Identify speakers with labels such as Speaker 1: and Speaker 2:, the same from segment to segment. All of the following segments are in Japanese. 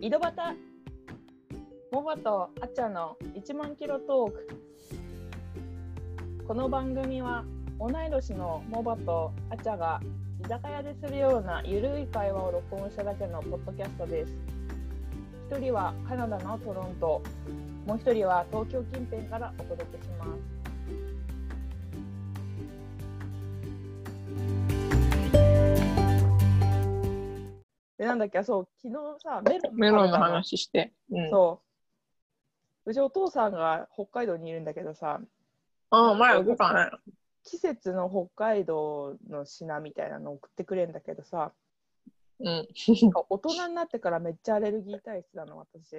Speaker 1: 井戸端モバとあっちゃんの1万キロトークこの番組は同い年のモバとあっちゃんが居酒屋でするようなゆるい会話を録音しただけのポッドキャストです一人はカナダのトロントもう一人は東京近辺からお届けしますでなんだっけそう昨日さメロン
Speaker 2: メロンの
Speaker 1: 食べた
Speaker 2: 話して。うん、
Speaker 1: そう。うちお父さんが北海道にいるんだけどさ、
Speaker 2: ああ、前動かない
Speaker 1: 季節の北海道の品みたいなの送ってくれんだけどさ、
Speaker 2: の。
Speaker 1: なんか大人になってからめっちゃアレルギー体質なの、私。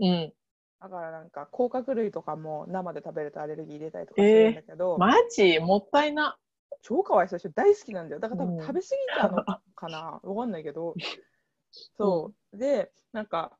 Speaker 2: うん。うん。
Speaker 1: だからなんか、甲殻類とかも生で食べるとアレルギー出たりとかするんだけど、
Speaker 2: マジもったいな。
Speaker 1: 超かわいそうでしょ、大好きなんだよ。だから多
Speaker 2: うん
Speaker 1: 分食べ過ぎたのかな、わかんないけ ど。そう。で、なんか、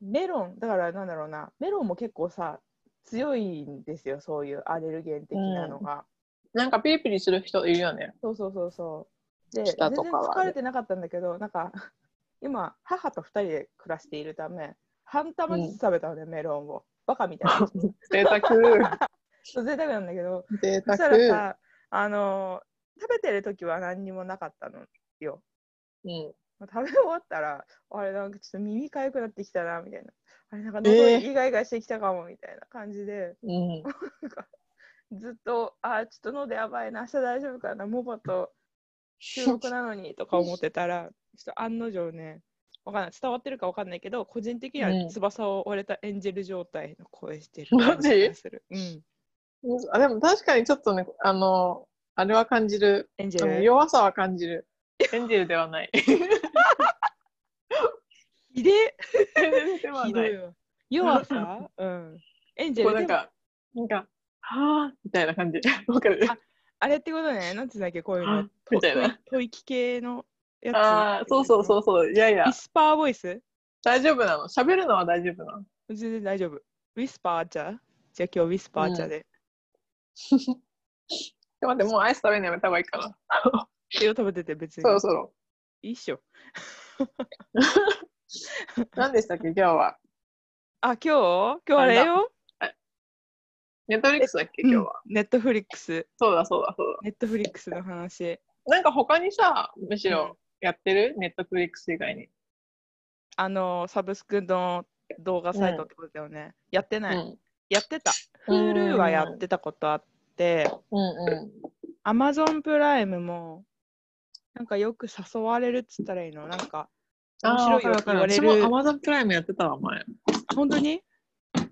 Speaker 1: メロン、だからなんだろうな、メロンも結構さ、強いんですよ、そういうアレルゲン的なのが。
Speaker 2: なんかピリピリする人いるよね。
Speaker 1: そうそうそうそう。で、全然
Speaker 2: 舌とかは
Speaker 1: 疲れてなかったんだけど、なんか、 今、母と2人で暮らしているため、半玉ずつ食べたのね、メロンを。バカみた いな。
Speaker 2: 贅沢。
Speaker 1: そう贅沢なんだけど、
Speaker 2: 贅
Speaker 1: そした
Speaker 2: 沢。
Speaker 1: らさ、あのー食べてる時は何にもなかったのよ。
Speaker 2: うん。
Speaker 1: 食べ終わったら、あれ、なんかちょっと耳かゆくなってきたな、みたいな。あれ、なんか喉
Speaker 2: えー
Speaker 1: イガイガしてきたかも、みたいな感じで、
Speaker 2: うん。
Speaker 1: ずっと、あー、ちょっと喉やばいな、明日大丈夫かな、モバと収録なのにとか思ってたら、ちょっと案の定ね、わかんない、伝わってるかわかんないけど、個人的に
Speaker 2: う
Speaker 1: は
Speaker 2: ん
Speaker 1: 翼を折れたエンジェル状態の声してる。
Speaker 2: マジ
Speaker 1: するうん。
Speaker 2: あでも確かにちょっとね、あの、あれは感じる。
Speaker 1: エンジ
Speaker 2: あの
Speaker 1: ェル。
Speaker 2: 弱さは感じる。エンジェルではない。
Speaker 1: ひで
Speaker 2: エンジェルで
Speaker 1: え
Speaker 2: は
Speaker 1: ひど
Speaker 2: ないい。
Speaker 1: わ。弱さうん。エンジ
Speaker 2: こ
Speaker 1: ェ
Speaker 2: う
Speaker 1: ル
Speaker 2: なん
Speaker 1: でも
Speaker 2: か、なんか、はぁみたいな感じ。わかる
Speaker 1: ああれってことね、なんつうんだっけ、こういうの
Speaker 2: あ。みたいな
Speaker 1: と吐息系のやつ。。
Speaker 2: ああ、そうそうそううそう。いやいや
Speaker 1: ウィ、スパーボイス
Speaker 2: 大丈夫なの。喋るのは大丈夫なの。
Speaker 1: 全然大丈夫。ウィスパーちゃじゃあ今日ウィスパーちゃで。
Speaker 2: ちょっと待って、もうアイス食べるのやめた方がいいかな。
Speaker 1: 手を食べてて別に。
Speaker 2: そろそろ。
Speaker 1: いいっしょ。
Speaker 2: 何でしたっけ、今日は。
Speaker 1: あ、今日今日あれよ
Speaker 2: ネットフリックスだっけ、今日は。
Speaker 1: ネットフリックス、
Speaker 2: そうだ、そうだ、そう
Speaker 1: ネットフリックスの話。
Speaker 2: だ。なんか他にさ、むしろやってる、ネットフリックス以外に。
Speaker 1: あの、サブスクの動画サイトってことだよね。やってない、
Speaker 2: うん。
Speaker 1: やってた。
Speaker 2: うん
Speaker 1: Hulu はやってたことあって、
Speaker 2: うんうん。
Speaker 1: Amazon プライムも、なんかよく誘われるっつったらいいのなんか、面白いよ
Speaker 2: わかるわかる
Speaker 1: って
Speaker 2: 私
Speaker 1: 言
Speaker 2: も
Speaker 1: われる
Speaker 2: Amazon プライムやってたわ、前。
Speaker 1: 本当に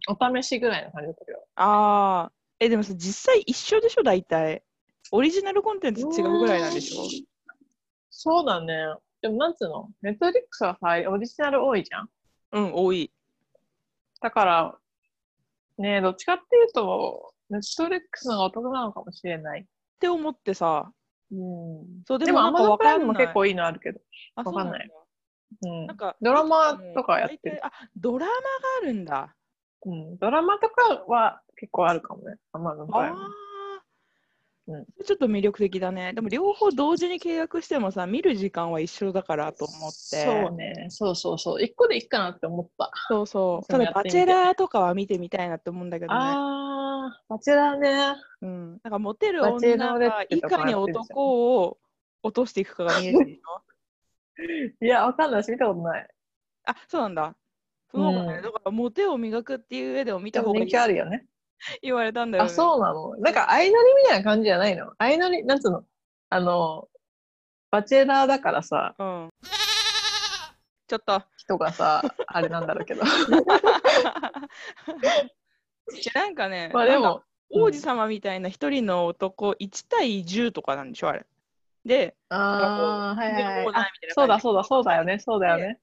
Speaker 2: お試しぐらいの感じだったけど。
Speaker 1: ああ。え、でもさ、実際一緒でしょ大体。オリジナルコンテンツ違うぐらいなんでしょ
Speaker 2: そうだね。でも、なんつうのネットフリックスはさ、オリジナル多いじゃん。
Speaker 1: うん、多い。
Speaker 2: だから、ねどっちかっていうと、ネットフリックスの方がお得なのかもしれない。
Speaker 1: って思ってさ、
Speaker 2: うん。
Speaker 1: そう
Speaker 2: でも、
Speaker 1: なんか
Speaker 2: Amazon
Speaker 1: わか
Speaker 2: プライ
Speaker 1: ん
Speaker 2: ムも
Speaker 1: ない
Speaker 2: 結構いいのあるけど。
Speaker 1: あそう
Speaker 2: わかんない
Speaker 1: だ
Speaker 2: うん
Speaker 1: なんか、
Speaker 2: ドラマとかやってる
Speaker 1: 大体。あ、ドラマがあるんだ。
Speaker 2: うん、ドラマとかは結構あるかもね、アマゾンプライム
Speaker 1: あ。あ、
Speaker 2: うん
Speaker 1: ちょっと魅力的だね。でも両方同時に契約してもさ、見る時間は一緒だからと思って。
Speaker 2: そうね、そうそうそう。一個でいいかなって思った。
Speaker 1: そうそう。
Speaker 2: そ
Speaker 1: た
Speaker 2: う
Speaker 1: だ、
Speaker 2: やっ
Speaker 1: バ
Speaker 2: てみ
Speaker 1: チ
Speaker 2: て
Speaker 1: ェラーとかは見てみたいなって思うんだけどね。
Speaker 2: ああ、バチェラーね。
Speaker 1: うん。なんかモテる
Speaker 2: バチェラ
Speaker 1: 女
Speaker 2: ーレ
Speaker 1: が
Speaker 2: ッ
Speaker 1: い
Speaker 2: テとか
Speaker 1: かに
Speaker 2: やってるじゃん
Speaker 1: 男を落としていくかが見えるでしょ
Speaker 2: いや、わかんないし、見たことない。
Speaker 1: あ、そうなんだ。そうだね
Speaker 2: うん
Speaker 1: だから、モテを磨くっていう上でも見
Speaker 2: で
Speaker 1: た方
Speaker 2: も
Speaker 1: がい
Speaker 2: 人
Speaker 1: い
Speaker 2: 気あるよね。
Speaker 1: 言われたんだよ、
Speaker 2: あ、
Speaker 1: ね。
Speaker 2: そうなの。なんか、相乗りみたいな感じじゃないの。相乗り、なんつうの。あの、バチェラーだからさ、
Speaker 1: う。うん。ちょっ と。
Speaker 2: 人がさ、あれなんだろうけど。
Speaker 1: なんかね、
Speaker 2: まあで
Speaker 1: なんか
Speaker 2: も、
Speaker 1: 王子様みたいな一人の男1対10とかなんでしょあれ。で
Speaker 2: ああ、はいはいはい
Speaker 1: でこうだ
Speaker 2: あ
Speaker 1: みたいな感じ
Speaker 2: そうだそうだ、そうだよね、そうだよね。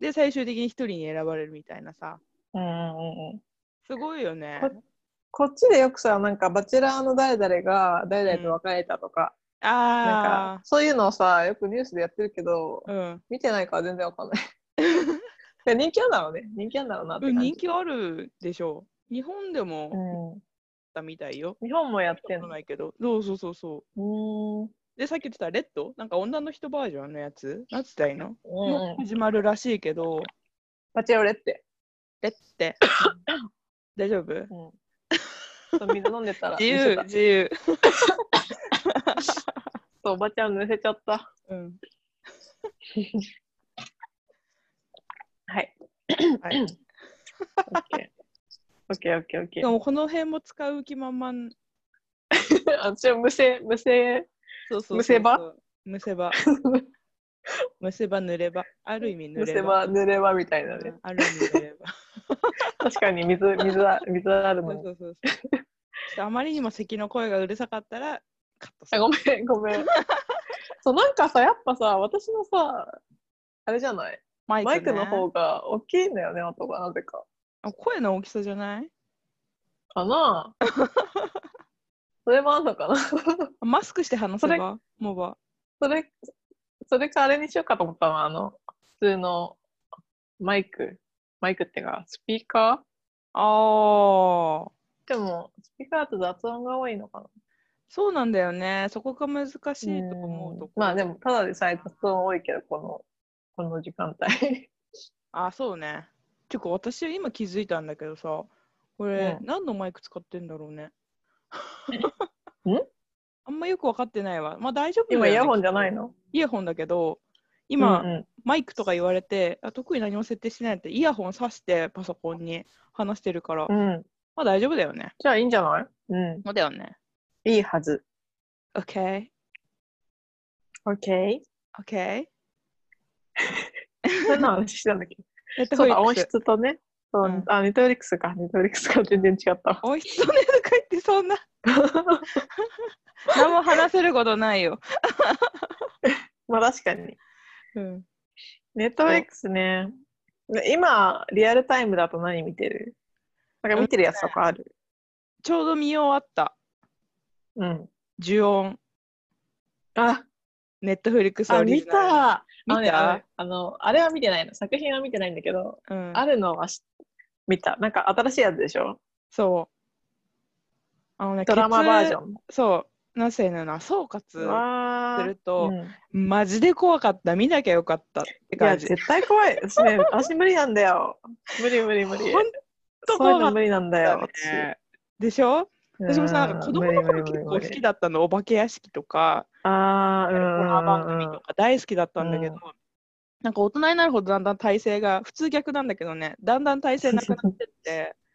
Speaker 1: で最終的に一人に選ばれるみたいなさ
Speaker 2: うんうんうんうん。
Speaker 1: すごいよね。
Speaker 2: ここっちでよくさ、なんか、バチェラーの誰々が誰々と別れたとか、なんか
Speaker 1: あ、
Speaker 2: そういうのをさ、よくニュースでやってるけど、
Speaker 1: あ、うん
Speaker 2: 見てないから全然わかんない。いや人気あるんだろうね。人気あるんだろうなって
Speaker 1: うん、
Speaker 2: 感じ。
Speaker 1: 人気あるでしょう。日本でも
Speaker 2: う
Speaker 1: だみたいよ。
Speaker 2: ん、日本もやって
Speaker 1: 見た
Speaker 2: ん
Speaker 1: こと
Speaker 2: の。
Speaker 1: ないけどそうそうそうそう
Speaker 2: ーん。
Speaker 1: う。でさっき言ってたレッドなんか女の人バージョンのやつなんつったらいいの、
Speaker 2: うん。
Speaker 1: 始まるらしいけど
Speaker 2: パチオレって。
Speaker 1: レッ て大丈夫
Speaker 2: うん。ちょっと水飲んでたら。
Speaker 1: 自
Speaker 2: むせ
Speaker 1: 由
Speaker 2: た
Speaker 1: 自由
Speaker 2: そう、おばちゃんむせちゃった。
Speaker 1: うん
Speaker 2: はい。
Speaker 1: はい
Speaker 2: オッケー。オッケーオッケーオッケ
Speaker 1: でもこの辺も使う気満々
Speaker 2: ー。あ、ちょ、むせ、むせ。
Speaker 1: そうそうそうそう
Speaker 2: むせば
Speaker 1: むせ ばむせば濡ればある意味濡
Speaker 2: む
Speaker 1: れ
Speaker 2: せ
Speaker 1: ば
Speaker 2: ば、濡ればみたいな
Speaker 1: う
Speaker 2: ね
Speaker 1: ん。ある意味濡れば
Speaker 2: 確かに水、水は、水はある
Speaker 1: そう
Speaker 2: の。
Speaker 1: そうそうそうちょっとあまりにも咳の声がうるさかったらカットす
Speaker 2: あ
Speaker 1: る
Speaker 2: ごめん、ごめん。そう、なんかさ、やっぱさ、私のさ、あれじゃない
Speaker 1: マ
Speaker 2: マイクの
Speaker 1: ね
Speaker 2: 方が大きいんだよね、音が、なぜか。
Speaker 1: あ声の大きさじゃない
Speaker 2: かなあそれもあんのかな
Speaker 1: あマスクして話せ
Speaker 2: そ
Speaker 1: ばモバ
Speaker 2: それ、それかあれにしようかと思ったのは、あの、普通のマイク、マイクっていうか、スピーカ
Speaker 1: ああ
Speaker 2: ーでも、スピーカーだと雑音が多いのかな
Speaker 1: そうなんだよねそこが難しいと思うとこ
Speaker 2: まあでも、ただでさえ雑音多いけど、この、この時間帯。
Speaker 1: あそうねてか私今気づいたんだけどさこれ、
Speaker 2: うん
Speaker 1: 何のマイク使ってんだろう ね
Speaker 2: ん
Speaker 1: あんまよく分かってないわまあ大丈夫だよ
Speaker 2: 今、
Speaker 1: ね
Speaker 2: イヤホンじゃない
Speaker 1: きっと
Speaker 2: の
Speaker 1: イヤホンだけど今、
Speaker 2: うんうん
Speaker 1: マイクとか言われてあ特に何も設定してないってイヤホンさしてパソコンに話してるから、
Speaker 2: うん。
Speaker 1: まあ大丈夫だよね
Speaker 2: じゃあいいんじゃないうん。
Speaker 1: そうだよね
Speaker 2: いいはず。
Speaker 1: OK
Speaker 2: OK。
Speaker 1: OK
Speaker 2: そんな話してたんだけど。
Speaker 1: ネット
Speaker 2: そ
Speaker 1: フ
Speaker 2: う
Speaker 1: リ
Speaker 2: だ、
Speaker 1: ッ
Speaker 2: 音
Speaker 1: クス
Speaker 2: 質とね。そ
Speaker 1: う
Speaker 2: う
Speaker 1: ん
Speaker 2: あ、ネトフリックスか。ネトフリックスか全然違った わ。
Speaker 1: 音質のネタ書いてそん な何も話せることないよ、
Speaker 2: まあ確かに。
Speaker 1: うん、
Speaker 2: ネットフリックスね。ね今、リアルタイムだと何見てるなんか見てるやつとかある
Speaker 1: ちょうど見終わった
Speaker 2: うん。
Speaker 1: 呪音
Speaker 2: あ、
Speaker 1: ネットフリックスオ
Speaker 2: あ
Speaker 1: リ
Speaker 2: 見
Speaker 1: ジナル
Speaker 2: たあのね
Speaker 1: 見た
Speaker 2: あれあの、あれは見てないの。作品は見てないんだけど、
Speaker 1: ル、うん、
Speaker 2: あるのはし見た。なんか新しいやつでしょ
Speaker 1: そうあのね
Speaker 2: ドラマバージ
Speaker 1: ン
Speaker 2: ョン。
Speaker 1: そうなせなな総括
Speaker 2: わ
Speaker 1: す
Speaker 2: ー
Speaker 1: ると
Speaker 2: うん
Speaker 1: マジで怖かった見なきゃよかったって
Speaker 2: いや、
Speaker 1: 感じ
Speaker 2: 絶対怖い。私ね、 私無理なんだよ。無理無理無理。
Speaker 1: ほんと
Speaker 2: そうい
Speaker 1: 怖
Speaker 2: う
Speaker 1: か
Speaker 2: の
Speaker 1: っ
Speaker 2: 無理なんだ
Speaker 1: た
Speaker 2: よ。
Speaker 1: ねでしょ
Speaker 2: 私
Speaker 1: 私もさなんか子供の頃結構好きだ
Speaker 2: だ。
Speaker 1: ったのお化け屋敷とか
Speaker 2: ああ、う
Speaker 1: ホラー番
Speaker 2: んうん
Speaker 1: 組
Speaker 2: うん
Speaker 1: と。か大好きだったんだけど、
Speaker 2: うん
Speaker 1: なんか大人になるほどだんだん体勢が普通逆なんだけどねだんだん体勢なくなってって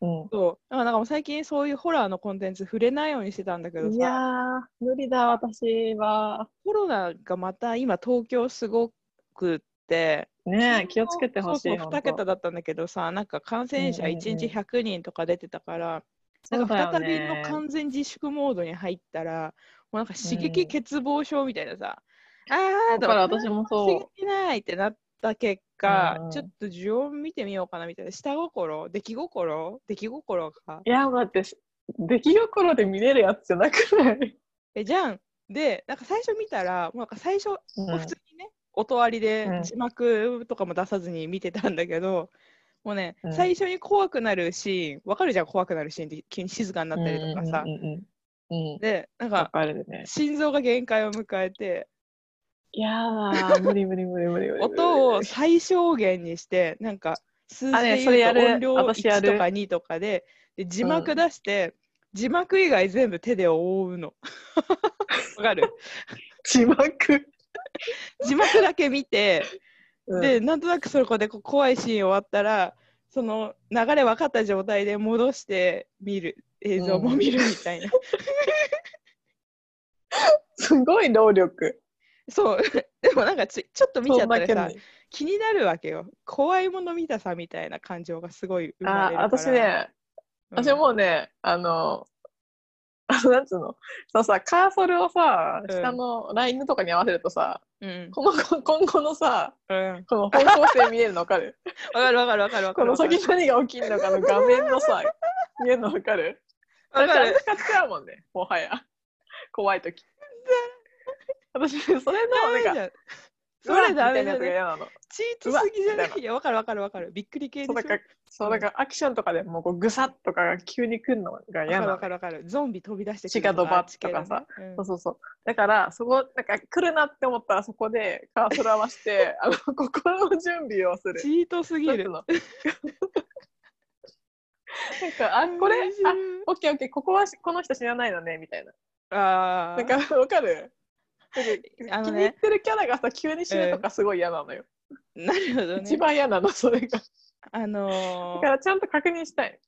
Speaker 2: う
Speaker 1: そうだからなんかもう最近そういうホラーのコンテンツ触れないようにしてたんだけど
Speaker 2: ん、いや
Speaker 1: さ
Speaker 2: ー、無理だ、私は。
Speaker 1: コロナがまた今東京すごくって
Speaker 2: ねえ、気をつけてほしい。
Speaker 1: そうそう2桁だったんだけどさなんか感染者
Speaker 2: うんうん
Speaker 1: 1
Speaker 2: うん
Speaker 1: 日100人とか出てたから、
Speaker 2: 本当
Speaker 1: なんか
Speaker 2: そ
Speaker 1: 再
Speaker 2: うだ
Speaker 1: びの
Speaker 2: よね
Speaker 1: 完全自粛モードに入ったら、もうなんか刺
Speaker 2: う
Speaker 1: 激
Speaker 2: ん
Speaker 1: 欠乏症みたいなさ、あー
Speaker 2: だ
Speaker 1: と
Speaker 2: から
Speaker 1: か
Speaker 2: 私も
Speaker 1: 刺
Speaker 2: そ
Speaker 1: 激ないってなった結果、
Speaker 2: うんうん
Speaker 1: ちょっと呪音見てみようかなみたいな、下心、出来心、出来心か。
Speaker 2: う。いや、待って、し出来心で見れるやつじゃなくない、
Speaker 1: え、じゃん。で、なんか最初見たら、もうなんか最初、
Speaker 2: う
Speaker 1: まあ
Speaker 2: ん
Speaker 1: 普通にね、音ありで
Speaker 2: うん
Speaker 1: 字幕とかも出さずに見てたんだけど、もうね、
Speaker 2: うん
Speaker 1: 最初に怖くなるシーン、わかるじゃん、怖くなるシーンって急に静かになったりとかさ
Speaker 2: う。んうんうんうん。
Speaker 1: で、なん
Speaker 2: わ
Speaker 1: か、
Speaker 2: かるね。
Speaker 1: 心臓が限界を迎えて
Speaker 2: いやー、無理無理無理無理無理無理。
Speaker 1: 音を最小限にしてなんか数字
Speaker 2: あね
Speaker 1: で
Speaker 2: それ
Speaker 1: 言
Speaker 2: や
Speaker 1: うと
Speaker 2: る
Speaker 1: 音量
Speaker 2: 私や
Speaker 1: 1
Speaker 2: る
Speaker 1: とか2とかでで字幕出して、字幕以外全部手で覆うの わかる
Speaker 2: 字幕。
Speaker 1: 字幕だけ見て
Speaker 2: うん
Speaker 1: で、なんとなくそこでこう怖いシーン終わったらその流れ分かった状態で戻して見る映像も見るみたいな、
Speaker 2: すごい労力。
Speaker 1: そう でもなんかちちょっと見ちゃったら
Speaker 2: そん
Speaker 1: さ
Speaker 2: な権利
Speaker 1: 気になるわけよ怖いもの見たさみたいな感情がすごい生ま
Speaker 2: あ
Speaker 1: れる
Speaker 2: ー、
Speaker 1: から
Speaker 2: 私ね、
Speaker 1: うん
Speaker 2: 私もうね、あの、 あのなんつうの、そのさ、カーソルをさ、
Speaker 1: うん
Speaker 2: 下のラインとかに合わせるとさ、
Speaker 1: うん
Speaker 2: この こ今後のさ、
Speaker 1: うんわ
Speaker 2: この方向性見えるの分かる
Speaker 1: かるわかるわかるわか
Speaker 2: こ
Speaker 1: る
Speaker 2: の
Speaker 1: わか
Speaker 2: 先
Speaker 1: る
Speaker 2: 何が起きるのかの画面 のさ、見えるの分かる
Speaker 1: わ
Speaker 2: 私、
Speaker 1: か
Speaker 2: あれ
Speaker 1: る
Speaker 2: 使っちゃうもんね、もはや。怖い時。私、それの、
Speaker 1: ダメ
Speaker 2: なん
Speaker 1: じ
Speaker 2: か、
Speaker 1: ゃん
Speaker 2: それダメだよ、ね。嫌なの。
Speaker 1: チートすぎじゃないいや、わかるわかるわかる。びっくり系でし
Speaker 2: そ
Speaker 1: ょ
Speaker 2: うだから、そうだからアクションとかでもこうグサッとかが急に来るのが
Speaker 1: わか
Speaker 2: 嫌な
Speaker 1: る
Speaker 2: の
Speaker 1: わ。かるわかる。ゾンビ飛び出して
Speaker 2: チカドバとかさ
Speaker 1: 地形だね
Speaker 2: そうそうそう。だから、そこ、なんか来るなって思ったらそこでカーソル合わ せて、あの、心の準備をす
Speaker 1: うん
Speaker 2: る
Speaker 1: チ。ートすぎる。
Speaker 2: なんか、あ、これ、
Speaker 1: 面
Speaker 2: あ、
Speaker 1: 白い
Speaker 2: オッケーオッケー、ここはしこの人知らないのね、みたいな。
Speaker 1: あ
Speaker 2: な
Speaker 1: ー
Speaker 2: んか、わかる
Speaker 1: あ
Speaker 2: 気
Speaker 1: の
Speaker 2: に入っ
Speaker 1: ね、
Speaker 2: てるキャラがさ、急に死ぬとかすごい嫌なのよ。
Speaker 1: なるほどね。
Speaker 2: 一番嫌なの、それが。
Speaker 1: あ
Speaker 2: だ
Speaker 1: のー
Speaker 2: から、ちゃんと確認したい。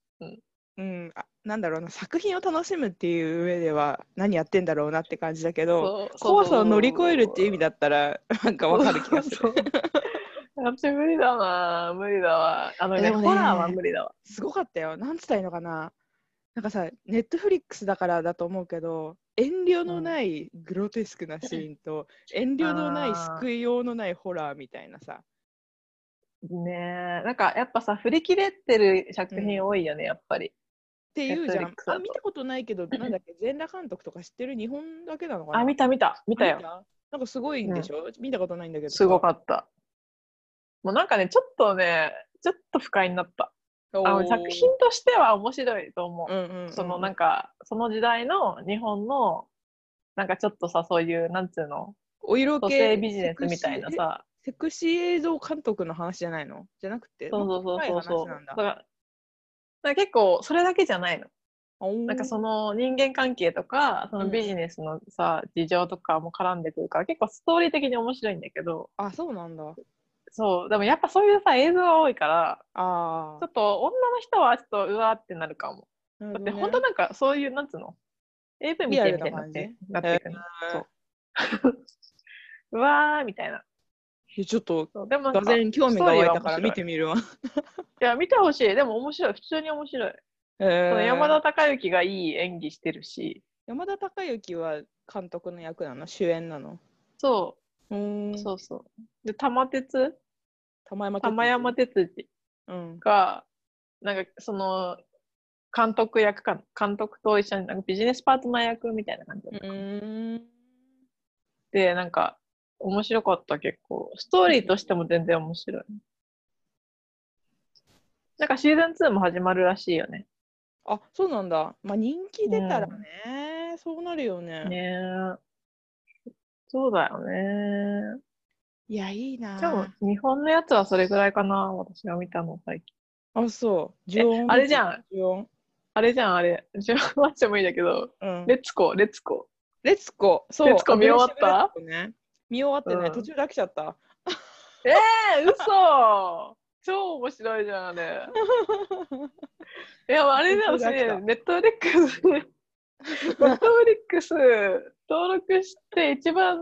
Speaker 1: うん、あなんだろうな、作品を楽しむっていう上では何やってんだろうなって感じだけど、
Speaker 2: そう
Speaker 1: 怖さを乗り越えるっていう意味だったら、なんかわかる気がす
Speaker 2: そう
Speaker 1: る。
Speaker 2: 私無理だな無理だわあのね
Speaker 1: でもね
Speaker 2: ホラーは無理だわ
Speaker 1: すごかったよ。なんつったらいいのかな。なんかさ、ネットフリックスだからだと思うけど、遠慮のないグロテスクなシーンと、遠慮のない
Speaker 2: あー
Speaker 1: 救いようのないホラーみたいなさ。
Speaker 2: ねえなんかやっぱさ振り切れてる作品多いよね、やっぱり
Speaker 1: っていうじゃ
Speaker 2: Netflix
Speaker 1: ん
Speaker 2: だ。と
Speaker 1: あ、見たことないけど、なんだっけ、全裸監督とか知ってる日本だけなのかな
Speaker 2: あ見た見た見たよ
Speaker 1: なんかすごいんでしょ、見たことないんだけど。
Speaker 2: すごかったもうなんかねちょっとねちょっと不快になった
Speaker 1: おー
Speaker 2: あの作品としては面白いと思う、
Speaker 1: うんうんうん
Speaker 2: そのなんかその時代の日本のなんかちょっとさそういうなんつうの
Speaker 1: お色
Speaker 2: 蘇
Speaker 1: 気
Speaker 2: 生ビジネスみたいなさ
Speaker 1: セクシーえセクシー映像監督の話じゃないのじゃなくて
Speaker 2: そうそうそうそうそう
Speaker 1: もっと深い話なん
Speaker 2: だ
Speaker 1: だ
Speaker 2: からだから結構それだけじゃないのな
Speaker 1: なん
Speaker 2: かその人間関係とかその
Speaker 1: うん
Speaker 2: ビジネスのさ、事情とかも絡んでくるから結構ストーリー的に面白いんだけど
Speaker 1: あそうなんだ
Speaker 2: そうでもやっぱそういうさ映像が多いから
Speaker 1: あ
Speaker 2: ちょっと女の人はちょっとうわーってなるかも
Speaker 1: あだ
Speaker 2: だって本当なんかそういうなんつうの AV 見てみたいにな
Speaker 1: リア
Speaker 2: って
Speaker 1: ル
Speaker 2: なっていくの、
Speaker 1: ー
Speaker 2: そう うわーみたいな
Speaker 1: ちょっと
Speaker 2: そうでもなん
Speaker 1: が
Speaker 2: か
Speaker 1: ぜん興味が湧いたから
Speaker 2: ストーリーは面白い
Speaker 1: 見てみ るわ
Speaker 2: いや見てほしいでも面白い普通に面白い、その
Speaker 1: えー
Speaker 2: 山田孝之がいい演技してるし
Speaker 1: 山田孝之は監督の役なの主演なの
Speaker 2: そう
Speaker 1: ー
Speaker 2: うんそうそうで玉鉄
Speaker 1: 玉山哲司
Speaker 2: 玉山哲司
Speaker 1: うん
Speaker 2: が、なんかその、監督役か、監督と一緒になんかビジネスパートナー役みたいな感じだ
Speaker 1: う
Speaker 2: った
Speaker 1: ーん
Speaker 2: で、なんか、面白かった、結構。ストーリーとしても全然面白い。なんかシーズン2も始まるらしいよね。
Speaker 1: あそうなんだまあ人気出たらね、そうなるよ
Speaker 2: ねえそうだよね。
Speaker 1: いやいいな
Speaker 2: でも、日本のやつはそれぐらいかな、私が見たの、最近。
Speaker 1: あそう呪音
Speaker 2: あれじゃん
Speaker 1: 呪音
Speaker 2: あれじゃん、あれ。自分はしてもいいんだけど、
Speaker 1: うん
Speaker 2: レッツゴー、レッツゴー。
Speaker 1: レッツゴー。そう。
Speaker 2: レッツゴー見終わった
Speaker 1: アグレッシブレッツゴーね、見終わってない、
Speaker 2: うん
Speaker 1: 途中で飽きちゃ った。
Speaker 2: え嘘超面白いじゃん、あれ。いや、あれだよ、私、
Speaker 1: 本当だ来た
Speaker 2: ネットフリックス、ネットフリックス登録して、一番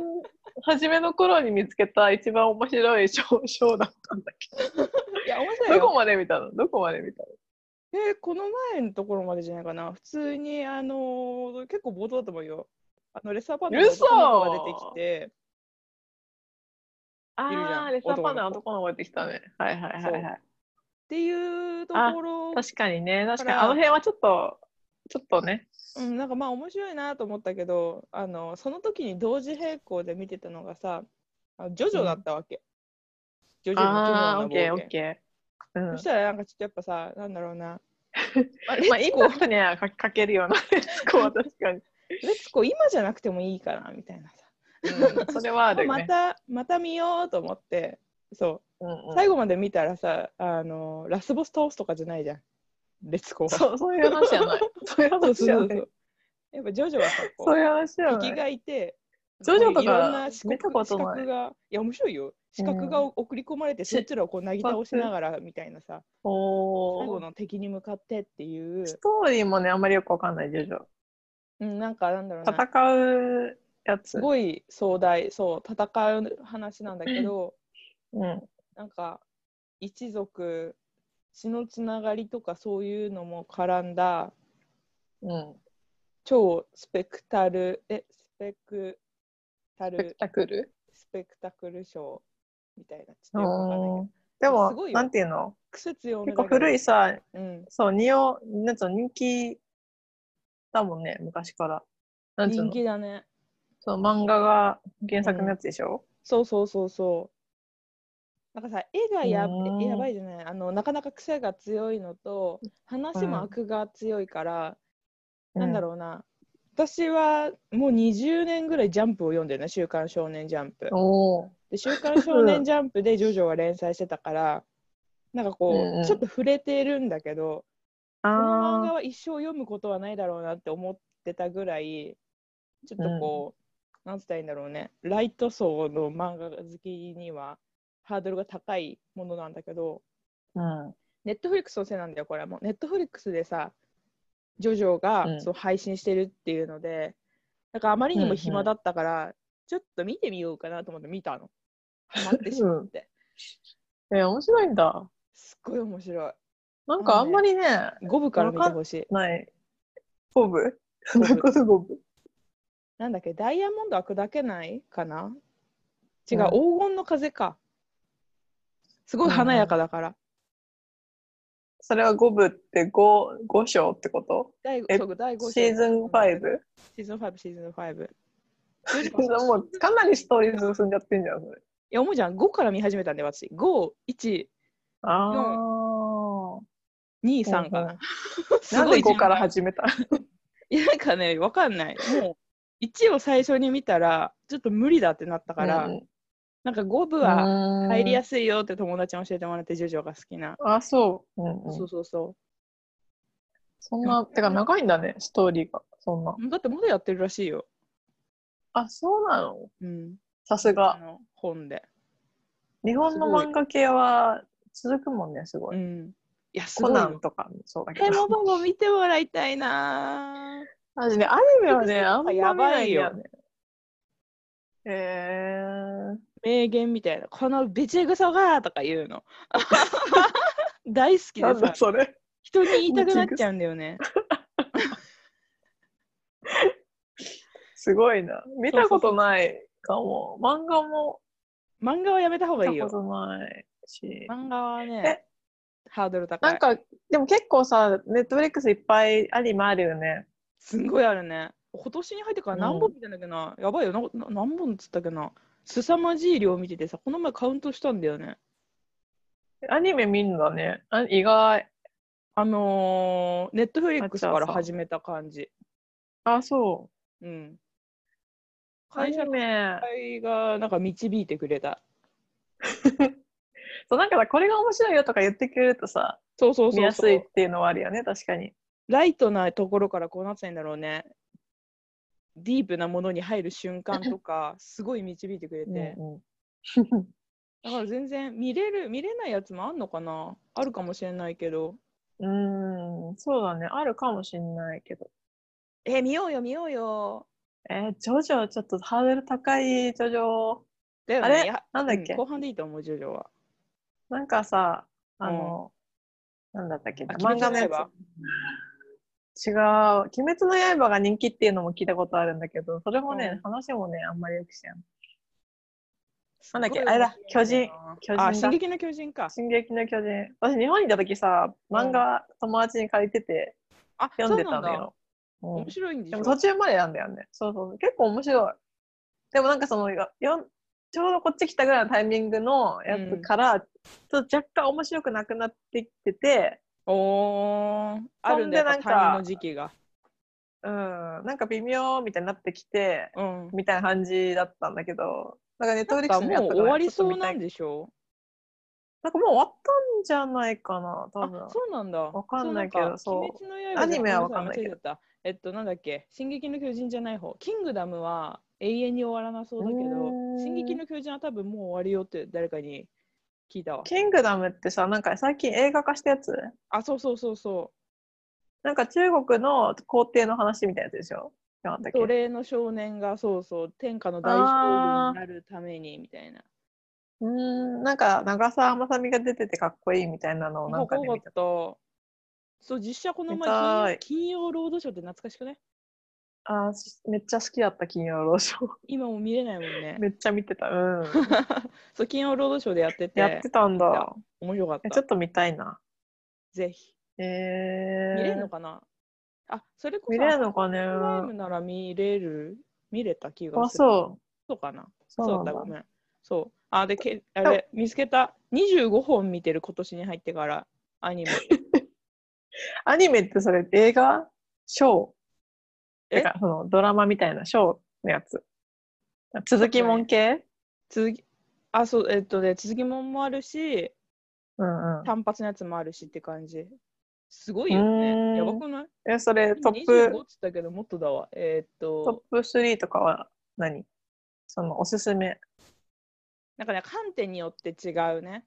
Speaker 2: 初めの頃に見つけた一番面白いショーショーだったんだけ
Speaker 1: いや、面白い
Speaker 2: ど、どこ
Speaker 1: よ。
Speaker 2: まで見たのどこまで見たの
Speaker 1: えこの前のところまでじゃないかな。普通に、あのー結構冒頭だと思うよ。あの、レッサーパンダの
Speaker 2: 嘘
Speaker 1: 男の子が出てきて、いるじゃん
Speaker 2: あー、レッサーパンダの
Speaker 1: 男
Speaker 2: 男の子やってきたね。はいはいはいはい。
Speaker 1: っていうところ、
Speaker 2: 確かにね、確かに、
Speaker 1: ほら
Speaker 2: あの辺はちょっと、ちょっとね。
Speaker 1: うん、なんかまあ面白いなと思ったけど、あのその時に同時並行で見てたのがさ、あのジョジョだったわけ。ジョジョの奇妙
Speaker 2: あ
Speaker 1: な
Speaker 2: あー、
Speaker 1: 冒
Speaker 2: オッケー
Speaker 1: 険。
Speaker 2: オッケー。うん
Speaker 1: そしたらなんかちょっとやっぱさ、なんだろう な。まあ、レ
Speaker 2: まあ、イ
Speaker 1: ッ
Speaker 2: ン
Speaker 1: ツゴ
Speaker 2: パ
Speaker 1: ー
Speaker 2: クトにはかかけ るようなレッツゴーは確かに。
Speaker 1: レッツゴー今じゃなくてもいいかなみたいなさ。
Speaker 2: うん、それはあるよ
Speaker 1: ま
Speaker 2: ね。
Speaker 1: たまた見ようと思ってそ
Speaker 2: うん
Speaker 1: う
Speaker 2: うん
Speaker 1: 最後まで見たらさ、あのラスボス倒すとかじゃないじゃんレッツゴーは
Speaker 2: そう、そういう話じゃない。 そういう
Speaker 1: そう
Speaker 2: 話
Speaker 1: そう
Speaker 2: じゃ
Speaker 1: そ
Speaker 2: な
Speaker 1: う
Speaker 2: い。
Speaker 1: やっぱジョジョはさこ
Speaker 2: そういう話じゃ
Speaker 1: う
Speaker 2: な
Speaker 1: 敵
Speaker 2: い。
Speaker 1: がいて
Speaker 2: ジョジョとか
Speaker 1: こういろんな視
Speaker 2: 見た
Speaker 1: 覚
Speaker 2: こと
Speaker 1: 視
Speaker 2: ない
Speaker 1: 覚がいや面白いよ視覚が送り込まれて、そいつらをこうなぎ倒しながらみたいなさ最
Speaker 2: お
Speaker 1: 後
Speaker 2: ー
Speaker 1: の敵に向かってっていう、
Speaker 2: ストーリーもね、あんまりよくわかんない、ジョジョ。
Speaker 1: うん、なんかなんだろうな
Speaker 2: 戦うやつ。
Speaker 1: すごい壮大そう戦う話なんだけど
Speaker 2: うん。
Speaker 1: なんか一族血のつながりとかそういうのも絡んだ
Speaker 2: うん。
Speaker 1: 超スペクタルえスペクタ
Speaker 2: スペク
Speaker 1: ル
Speaker 2: タクル
Speaker 1: スペクタクルショーみたいなち
Speaker 2: う
Speaker 1: ょっとよくわかんないけ
Speaker 2: ん
Speaker 1: ど
Speaker 2: ですも
Speaker 1: ごい、よ
Speaker 2: なんていうの
Speaker 1: クセ強め
Speaker 2: 結
Speaker 1: だけ
Speaker 2: 構
Speaker 1: ど
Speaker 2: 古いさ、
Speaker 1: うん、
Speaker 2: そう、ニオ、なんつうの、人気だもんね、昔から。なんつう
Speaker 1: 人
Speaker 2: の、
Speaker 1: 気だね
Speaker 2: そう漫画が原作のやつでしょ
Speaker 1: そうそうそうそう。なんかさ、絵がや
Speaker 2: うん
Speaker 1: やばいじゃないあのなかなか癖が強いのと話も悪が強いから、なんだろうな私はもう20年ぐらいジャンプを読んでるね「週刊少年ジャンプ」
Speaker 2: うん。おー
Speaker 1: で「週刊少年ジャンプ」でジョジョは連載してたからなんかこう、
Speaker 2: うんうん
Speaker 1: ちょっと触れてるんだけど
Speaker 2: あ
Speaker 1: この漫
Speaker 2: ー
Speaker 1: 画は一生読むことはないだろうなって思ってたぐらいちょっとこう、なんつったらいいんだろうねライト層の漫画好きにはハードルが高いものなんだけど
Speaker 2: うん。
Speaker 1: ネットフリックスのせいなんだよこれはもうネットフリックスでさジョジョが、
Speaker 2: うん
Speaker 1: そう配信してるっていうのでだからあまりにも
Speaker 2: うんう
Speaker 1: 暇
Speaker 2: ん
Speaker 1: だったから、ちょっと見てみようかなと思って見たのハマってしまって、
Speaker 2: え、面白いんだ。
Speaker 1: すっごい面白い
Speaker 2: なんかあんまりね、
Speaker 1: 5部から見てほしい
Speaker 2: ない。ボブそれ こそボブ。
Speaker 1: なんだっけダイヤモンドは砕けないかな違う、
Speaker 2: うん
Speaker 1: 黄金の風か。すごい華やかだから。
Speaker 2: それは5部って5、5章ってこと
Speaker 1: 第
Speaker 2: え
Speaker 1: そう第5章
Speaker 2: シーズン 5?
Speaker 1: シーズン5、シーズン5。い
Speaker 2: もうかなりストーリー進んじゃってんじゃん、それ。
Speaker 1: や、思うじゃん、5から見始めたんで、私。5、1、
Speaker 2: ああ。
Speaker 1: 2、3か
Speaker 2: うん う
Speaker 1: な。す
Speaker 2: なん
Speaker 1: ご
Speaker 2: で
Speaker 1: い
Speaker 2: 5から
Speaker 1: 順番
Speaker 2: 始めた
Speaker 1: いや、なんかね、わかんない。もう、1を最初に見たら、ちょっと無理だってなったから、なんか5部は入りや
Speaker 2: す
Speaker 1: すいよって友達に教えてもらって、ジョジョが好きな。
Speaker 2: あ、そう。うんう
Speaker 1: そ
Speaker 2: ん
Speaker 1: うそうそ
Speaker 2: そんな、てか長いんだね、ストーリーが。そんな。
Speaker 1: う。だって、まだやってるらしいよ。
Speaker 2: あ、そうなの
Speaker 1: うん。
Speaker 2: さす
Speaker 1: あ
Speaker 2: が。
Speaker 1: の本で。
Speaker 2: 日本の漫画系は続くもんね、すご
Speaker 1: う
Speaker 2: い。
Speaker 1: ん。いや、すご
Speaker 2: コ
Speaker 1: い
Speaker 2: ナ
Speaker 1: よ
Speaker 2: ン。とかもそうだけ
Speaker 1: え
Speaker 2: ど。
Speaker 1: もばも見てもらいたいな
Speaker 2: マジね、アニメはね、あんまり
Speaker 1: やば
Speaker 2: ないい
Speaker 1: よ
Speaker 2: よね。へえー。
Speaker 1: 名言みたいな「このビチグソが」とか言 うの大好き
Speaker 2: な
Speaker 1: で
Speaker 2: んだ
Speaker 1: す
Speaker 2: それ。
Speaker 1: 人に言いたくなっちゃうんだよね
Speaker 2: すごいな。見たことないかも。漫画も
Speaker 1: 漫画はやめた方がいい
Speaker 2: 見た
Speaker 1: よ
Speaker 2: ことないし。
Speaker 1: 漫画はねハードル高
Speaker 2: ないんか、でも結構さ、ネットフリックスいっぱいアニメあるよね。
Speaker 1: すんごいあるね今年に入ってから何
Speaker 2: う
Speaker 1: 本見てんだっけな、やばいよなな何本っつったっけな凄まじい量見ててさこの前カウントしたんだよね
Speaker 2: アニメ見るんだね。あ意外。
Speaker 1: あのネットフリックスか
Speaker 2: あじゃ
Speaker 1: ら
Speaker 2: あさ
Speaker 1: 始めた感じ
Speaker 2: あ、そ
Speaker 1: うん
Speaker 2: う。ア
Speaker 1: 会
Speaker 2: ニ
Speaker 1: 社の
Speaker 2: メ。
Speaker 1: 会がなんか導いてくれた
Speaker 2: そう、なんかさ、これが面白いよとか言ってくれるとさ、
Speaker 1: そうそうそうそう
Speaker 2: 見やすいっていうのはあるよね、確かに。
Speaker 1: ライトなところからこうなってんだろうね。ディープなものに入る瞬間と か、すごい導いてくれて、
Speaker 2: うんうん
Speaker 1: だから全然見れる、見れないやつもあんのかなあるかもしれないけど、
Speaker 2: うーん、そうだね。あるかもしんないけど。
Speaker 1: え、見ようよ、見ようよ。
Speaker 2: えー、ジョジョ、ちょっとハードル高い、ジョジョ。
Speaker 1: だよ
Speaker 2: あ
Speaker 1: ね、
Speaker 2: れ
Speaker 1: いや
Speaker 2: なんだっけ
Speaker 1: う後半でいいと思う、ジョジョは。
Speaker 2: なんかさ、あの、なんだったっけな、
Speaker 1: あ
Speaker 2: 漫画のや
Speaker 1: 鬼滅の刃
Speaker 2: つ。違う、鬼滅の刃が人気っていうのも聞いたことあるんだけど、それもね、
Speaker 1: うん
Speaker 2: 話もね、あんまりよく知らん。なんだっけ
Speaker 1: すごい面白い
Speaker 2: あれだ巨人巨人だ
Speaker 1: あ、進撃の巨人か。
Speaker 2: 進撃の巨人。私、日本にいた時さ、漫画友達に借りてて
Speaker 1: あ、
Speaker 2: 読んでた
Speaker 1: そう
Speaker 2: の
Speaker 1: なんだ
Speaker 2: よ。うん
Speaker 1: 面白いんでし
Speaker 2: で
Speaker 1: ょ
Speaker 2: も途中までなんだよね。そうそう。結構面白い。でもなんかその、よよんちょうどこっち来たぐらいのタイミングのやつから、ちょっと若干面白くなくなってきてて、
Speaker 1: おー、あるんだよ、
Speaker 2: そんでなんか
Speaker 1: 他人の時期が。
Speaker 2: うん、なんか微妙みたいになってきて、
Speaker 1: うん。
Speaker 2: みたいな感じだったんだけど、なんかネット
Speaker 1: な
Speaker 2: フリ
Speaker 1: ん
Speaker 2: ッ
Speaker 1: か
Speaker 2: クスにあ
Speaker 1: もう
Speaker 2: った
Speaker 1: 終
Speaker 2: から
Speaker 1: わりそう
Speaker 2: ちょっと見た
Speaker 1: ないんでしょ
Speaker 2: なんかもう終わったんじゃないかな、多
Speaker 1: あ
Speaker 2: 分、。
Speaker 1: そうなんだ。わ
Speaker 2: かんないけどそう
Speaker 1: 鬼滅の刃
Speaker 2: アニメはわかんないけど
Speaker 1: ごめさ間違えちゃったえっと、なんだっけ、進撃の巨人じゃない方、キングダムは永遠に終わらなそうだけ
Speaker 2: う
Speaker 1: ど
Speaker 2: ーん、
Speaker 1: 進撃の巨人は多分もう終わりよって誰かに聞いたわ。
Speaker 2: キングダムってさ、なんか最近映画化したやつ
Speaker 1: あ、そうそうそうそ
Speaker 2: なんか中国の皇帝の話みたいなやつでしょなんだ
Speaker 1: う。
Speaker 2: っけ
Speaker 1: 奴隷の少年がそうそう、天下の大将軍になるためにみたいな。
Speaker 2: うーん、なんか長澤まさみが出ててかっこいいみたいなのをなん
Speaker 1: か
Speaker 2: か
Speaker 1: っ
Speaker 2: で
Speaker 1: こよ
Speaker 2: 見
Speaker 1: か
Speaker 2: た
Speaker 1: っ。た。そう、実写この
Speaker 2: 見た
Speaker 1: 前
Speaker 2: い
Speaker 1: 金、金曜ロードショーって懐かしくね
Speaker 2: あーしめっちゃ好きだった金曜ロードショ ー。
Speaker 1: 今もう見れないもんね。
Speaker 2: めっちゃ見てた。うん。
Speaker 1: そう、金曜ロードショーでやってて、
Speaker 2: やってたん
Speaker 1: 見
Speaker 2: だ
Speaker 1: た。面白かっ
Speaker 2: えち
Speaker 1: た
Speaker 2: ょっ。と見たいな。
Speaker 1: ぜひ。
Speaker 2: え
Speaker 1: 見れる
Speaker 2: ー
Speaker 1: の、かなあ、それこそ、
Speaker 2: 見れるのかね。
Speaker 1: アマゾンプライムなら見れる、見れた気が
Speaker 2: あ、
Speaker 1: する。
Speaker 2: そう。
Speaker 1: そうかな。
Speaker 2: そう
Speaker 1: そうだ
Speaker 2: な
Speaker 1: った、ご
Speaker 2: んだ。
Speaker 1: めん。そう。あ、で、けあれ、見つけた。25本見てる、今年に入ってから、ア ニメ。
Speaker 2: アニメってそれ映画ショー
Speaker 1: え
Speaker 2: てかそのドラマみたいなショーのやつ。続きもん系
Speaker 1: 続き、あ、そう、えっとね、続きもんもあるし、
Speaker 2: うんうん。
Speaker 1: 単発のやつもあるしって感じ。すごいよ
Speaker 2: うーん
Speaker 1: ね。やばくない
Speaker 2: え、それトッ
Speaker 1: ?25
Speaker 2: プ、
Speaker 1: っつったけど、もっとだわ。えーっ
Speaker 2: ト
Speaker 1: と、
Speaker 2: ップ3とかは何そのおすすめ。
Speaker 1: なんかね、観点によって違うね。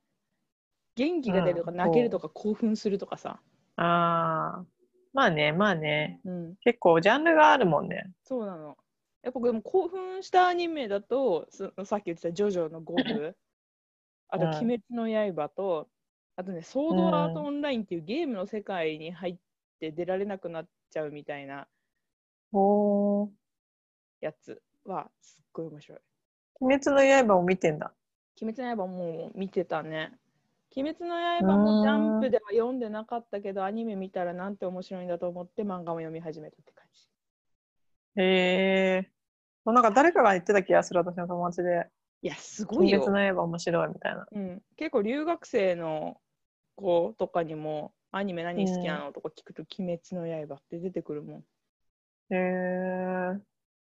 Speaker 1: 元気が出るとか、
Speaker 2: うん
Speaker 1: 泣けるとか、興奮するとかさ。
Speaker 2: ああ。まあね、まあね。
Speaker 1: うん、
Speaker 2: 結構ジャンルがあるもんね。
Speaker 1: そうなの。やっぱでも興奮したアニメだと、そさっき言ってたジョジョのゴブ、あと
Speaker 2: うん
Speaker 1: 鬼滅の刃と、あとね、ソードアートオンラインっていうゲームの世界に入って出られなくなっちゃうみたいな
Speaker 2: おー。
Speaker 1: やつは、すっごい面白い。
Speaker 2: 鬼滅の刃を見てんだ。
Speaker 1: 鬼滅の刃もう見てたね。鬼滅の刃もジャンプでは読んでなかったけど、アニメ見たらなんて面白いんだと思って漫画も読み始めたって感じ。
Speaker 2: へえ。そうなんか誰かが言ってた気がする、私の友達で。
Speaker 1: いや、すごい
Speaker 2: 鬼
Speaker 1: よ。
Speaker 2: 滅の刃面白いみたいな。
Speaker 1: うん、結構留学生の子とかにもアニメ何好きなのとか聞くと「鬼滅の刃」って出てくるもん。ね、
Speaker 2: へえ。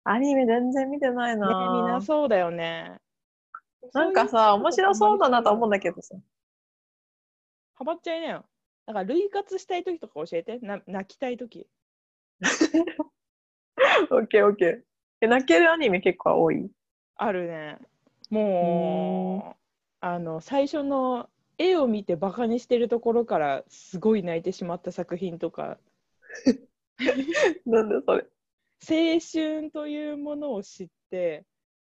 Speaker 2: アニメ全然見てない
Speaker 1: みんな
Speaker 2: な。
Speaker 1: そうだよね。
Speaker 2: なんかさ、面白そうだなと思うんだけどさ。
Speaker 1: ハマっちゃいなよ。だから類活したい時とか教えて。な泣きたい時。
Speaker 2: オッケーオッケー。え、泣けるアニメ結構多い。
Speaker 1: あるね。もうあの最初の絵を見てバカにしてるところからすごい泣いてしまった作品とか
Speaker 2: なんでそれ。
Speaker 1: 青春というものを知って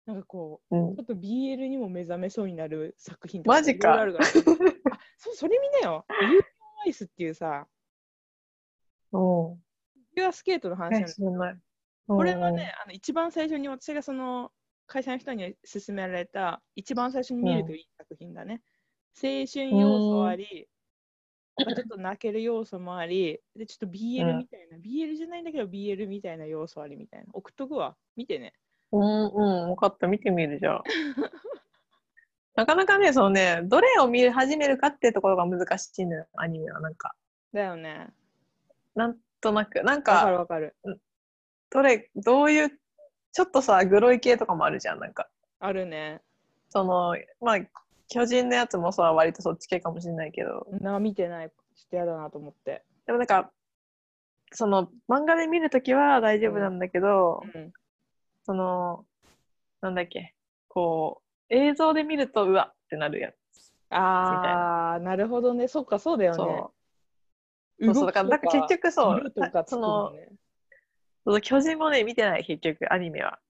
Speaker 1: なんかこう
Speaker 2: うん
Speaker 1: ち。ょっと BL にも目覚めそうになる作品とか
Speaker 2: マジか
Speaker 1: いろいろあるからあそそれ見なよ。ユーロアイスっていうさ、
Speaker 2: おう
Speaker 1: フィギュアスケートの話なん
Speaker 2: え、
Speaker 1: です
Speaker 2: 知らない。
Speaker 1: こ
Speaker 2: こ
Speaker 1: れはね、あの一番最初に私がその会社の人に勧められた、一番最初に見るといい作品だね。青春要素あり、まあちょっと泣ける要素もあり、でちょっと BL みたいな、BL じゃないんだけど BL みたいな要素ありみたいな。送っとくわ。見てね。
Speaker 2: うんうん、分かった、見てみるじゃあ。 なかなかね、そのね、どれを見始めるかってところが難しいのよ、アニメは。なんか、
Speaker 1: だよね。
Speaker 2: なんとなく、なん
Speaker 1: わかる
Speaker 2: か、
Speaker 1: わかる。
Speaker 2: どれ、どういう、ちょっとさ、グロい系とかもあるじゃん、なんか。
Speaker 1: あるね。
Speaker 2: その、まあ、巨人のやつもさ、割とそっち系かもしれないけど、
Speaker 1: な見てない。ちょっとやだなと思って。
Speaker 2: でもなんか、その、漫画で見るときは大丈夫なんだけど、
Speaker 1: うん
Speaker 2: その、なんだっけ、こう、映像で見ると、うわってなるやつ。
Speaker 1: ああ、なるほどね。そっか、そうだよね。
Speaker 2: そう。そうそうだからなんか結局そう
Speaker 1: 色とかつくもんね
Speaker 2: そう巨人もね見てない結局アニメは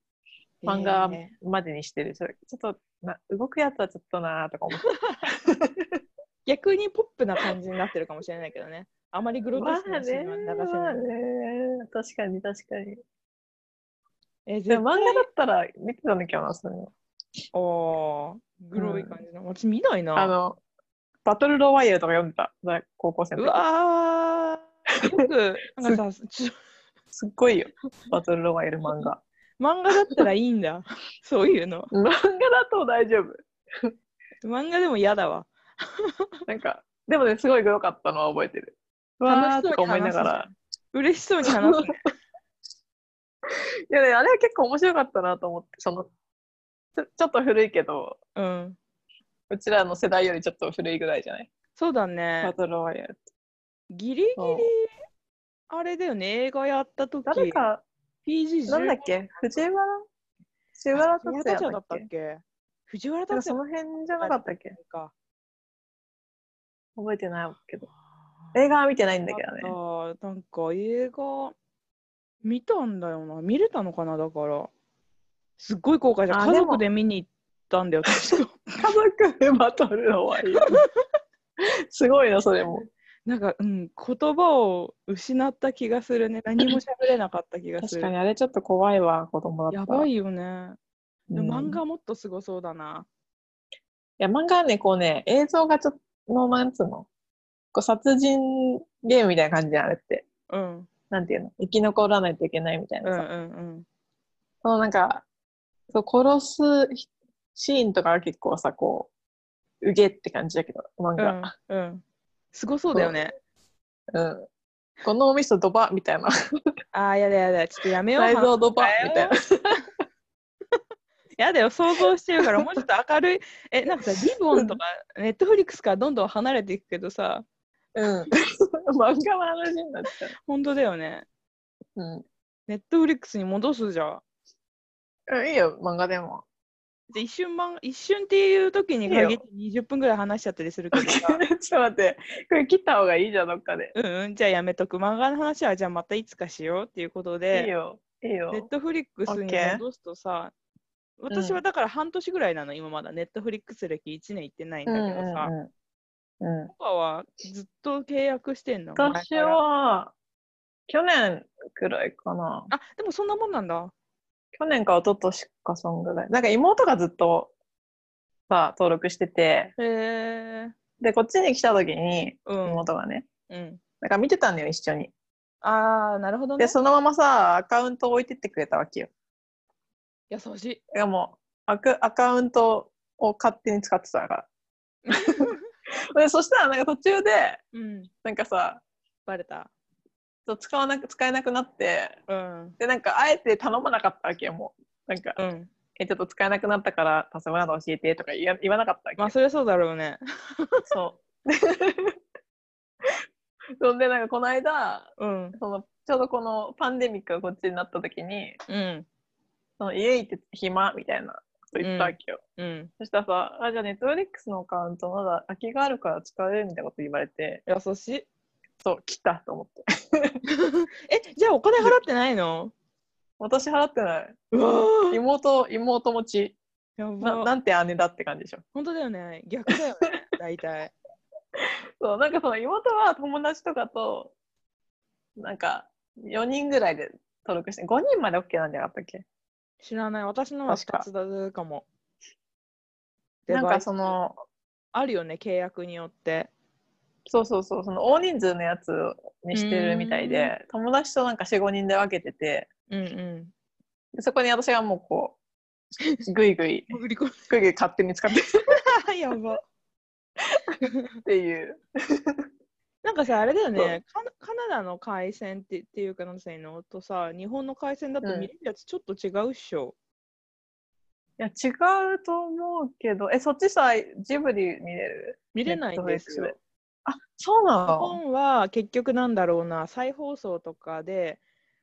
Speaker 2: 漫画
Speaker 1: え
Speaker 2: までにしてる、それちょっとな動くやつはちょっとなーとか思って
Speaker 1: ー逆にポップな感じになってるかもしれないけどね。あまりグロテ
Speaker 2: ま
Speaker 1: スク
Speaker 2: あ
Speaker 1: なシー
Speaker 2: ね
Speaker 1: ンは流せない。
Speaker 2: まあね確かに確かに
Speaker 1: えー、
Speaker 2: で
Speaker 1: で
Speaker 2: も漫画だったら見てたんだけどなそれも
Speaker 1: おグロい感じの。私見ないな。
Speaker 2: あのバトルロワイヤルとか読んでただ高校生
Speaker 1: う
Speaker 2: の時
Speaker 1: わー。よく、なんかさ、ちょ
Speaker 2: すっごいよバトルロワイヤル漫画
Speaker 1: 漫画だったらいいんだ。 そういうの。
Speaker 2: 漫画だと大丈夫
Speaker 1: 漫画でも嫌だわ。
Speaker 2: なんかでもねすごいグロかったのは覚えてるうわー
Speaker 1: 楽し
Speaker 2: と
Speaker 1: そう
Speaker 2: か
Speaker 1: に
Speaker 2: 思
Speaker 1: 話
Speaker 2: いな
Speaker 1: すじゃ
Speaker 2: が
Speaker 1: ん
Speaker 2: ら
Speaker 1: 嬉しそうに話すね。
Speaker 2: いやねあれは結構面白かったなと思ってそのちょちょっと古いけど
Speaker 1: うん。
Speaker 2: うちらの世代よりちょっと古いぐらいじゃない
Speaker 1: そうだ
Speaker 2: バ
Speaker 1: ね。
Speaker 2: トルワイヤル。
Speaker 1: ギリギリ
Speaker 2: そう、
Speaker 1: あれだよね。映画やった時
Speaker 2: 誰か、
Speaker 1: PG15
Speaker 2: なんだっけ藤原藤原
Speaker 1: 藤
Speaker 2: 達
Speaker 1: 原竜
Speaker 2: 也だ
Speaker 1: 也だ
Speaker 2: っ
Speaker 1: ったっ
Speaker 2: け
Speaker 1: け藤原
Speaker 2: なんか
Speaker 1: 達
Speaker 2: そ
Speaker 1: 也
Speaker 2: の辺じゃなかったっけ
Speaker 1: か。
Speaker 2: 覚えてないけど。映画は見てないんだけどね。
Speaker 1: あったなんか映画見たんだよな。見れたのかなだから。すっごい後悔した。
Speaker 2: あ
Speaker 1: 家
Speaker 2: でも
Speaker 1: 族で見に行ったんだよ。確か
Speaker 2: 家族でバトル の終わり。すごいな、それも。
Speaker 1: なんか、うん、言葉を失った気がするね。何も喋れなかった気がす
Speaker 2: 確
Speaker 1: る。
Speaker 2: かにあれちょっと怖いわ、子供だったら。
Speaker 1: やばいよね。
Speaker 2: うん
Speaker 1: でも漫画もっとすごそうだな。
Speaker 2: いや、漫画はね、こうね、映像がちょっと、のなんつうのこう殺人ゲームみたいな感じであれって。
Speaker 1: うん。
Speaker 2: なんていうの生き残らないといけないみたい
Speaker 1: うんう
Speaker 2: なさ。
Speaker 1: んうん。
Speaker 2: そのなんか、そう殺すひシーンとかは結構さ、こう、うげって感じだけど、漫
Speaker 1: う
Speaker 2: 画。
Speaker 1: ん、うん。すごそうだよね。
Speaker 2: うんこのお味噌ドバみたいな。
Speaker 1: ああ、やだやだ。ちょっとやめよう。
Speaker 2: 内臓ドバみたいな。
Speaker 1: やだよ、想像してるから、 もうちょっと明るい。え、なんかさ、リボンとか、ネットフリックスからどんどん離れていくけどさ、
Speaker 2: うん。 漫画の話になっちゃ
Speaker 1: 本当だよね。
Speaker 2: う。うん
Speaker 1: ネットフリックスに戻すじゃん。
Speaker 2: うん。いいよ、漫画でも。
Speaker 1: で一瞬漫画一瞬っていう時に限って20分ぐらい話しちゃったりするけど
Speaker 2: ち
Speaker 1: さ
Speaker 2: ょっと待って、これ切った方がいいじゃん、どっかで。
Speaker 1: うんうんじゃあやめとく漫画の話はじゃあまたいつかしようっていうこと
Speaker 2: いい
Speaker 1: で
Speaker 2: よ、いい
Speaker 1: ネッ
Speaker 2: よ。
Speaker 1: トフリックスに
Speaker 2: OK
Speaker 1: 戻すとさ私はだから半年ぐらいなの、今まだネットフリックス歴1年行ってないんだ
Speaker 2: うん
Speaker 1: け
Speaker 2: う
Speaker 1: ど
Speaker 2: ん
Speaker 1: さ、
Speaker 2: うんうん
Speaker 1: 他はずっと契約してんの前
Speaker 2: 私
Speaker 1: から
Speaker 2: は、去年くらいかな。
Speaker 1: あでもそんなもんなんだ
Speaker 2: 去年か一昨年か、そんぐらい。なんか妹がずっと、さ、登録してて、
Speaker 1: へえ
Speaker 2: で、こっちに来た時に、
Speaker 1: うん、
Speaker 2: 妹がね、
Speaker 1: うん、
Speaker 2: なんか見てたんだよ、一緒に。
Speaker 1: ああなるほどね
Speaker 2: で、そのままさ、アカウント置いてってくれたわけよ。
Speaker 1: 優し い
Speaker 2: いやもうアカ、アカウントを勝手に使ってたから。でそしたら、なんか途中で、
Speaker 1: うん
Speaker 2: なんかさ、
Speaker 1: バレた
Speaker 2: ちょっと使わなく、使えなくなって、
Speaker 1: うん
Speaker 2: で、なんか、あえて頼まなかったわけよ、もう。なんか、
Speaker 1: うん
Speaker 2: え、ちょっと使えなくなったから、パスワード教えてとか言わ言わなかったわけ。
Speaker 1: まあそりゃそうだろうね
Speaker 2: そう。 そんで、なんか、この間、
Speaker 1: うん
Speaker 2: その、ちょうどこのパンデミックがこっちになった時に、
Speaker 1: うん
Speaker 2: その家行って暇みたいなこと言ったわけよ。
Speaker 1: うん
Speaker 2: そしたらさ、あ、じゃあネットフリックスのアカウントまだ空きがあるから使えみたいなこと言われて、
Speaker 1: 優しい
Speaker 2: そう、来たと思って。
Speaker 1: え、じゃあお金払ってないの
Speaker 2: 私払ってない。
Speaker 1: うわ
Speaker 2: 妹、妹持ち。
Speaker 1: や
Speaker 2: な
Speaker 1: ば。
Speaker 2: なんて姉だって感じでしょ。
Speaker 1: 本当だよね。逆だよ ね。大体。
Speaker 2: そう、なんかその妹は友達とかと、なんか、4人ぐらいで登録して、5人まで OK なんじゃなかったっけ
Speaker 1: 知らない。私のは
Speaker 2: 確か
Speaker 1: 2つだかも。
Speaker 2: なん
Speaker 1: デバ
Speaker 2: か
Speaker 1: イス
Speaker 2: その、
Speaker 1: あるよね、契約によって。
Speaker 2: そうそうそう、その大人数のやつにしてるみたいで、友達となんか4、5人で分けてて、
Speaker 1: うんう
Speaker 2: でそこに私がもうこう、ぐいぐい、
Speaker 1: ん。売り込
Speaker 2: ぐいぐい勝手に使ってる
Speaker 1: み。 やば。
Speaker 2: っていう。
Speaker 1: なんかさ、あれだよね。カナカナダの回線ってっていうか、なんていうのとさ、日本の回線だと
Speaker 2: うん
Speaker 1: 見れるやつちょっと違うっしょ。
Speaker 2: いや、違うと思うけど、え、そっちさ、ジブリ見れる
Speaker 1: 見れないんですよ。
Speaker 2: Netflix であ、そうな
Speaker 1: 日
Speaker 2: の
Speaker 1: 本は結局なんだろうな再放送とかで、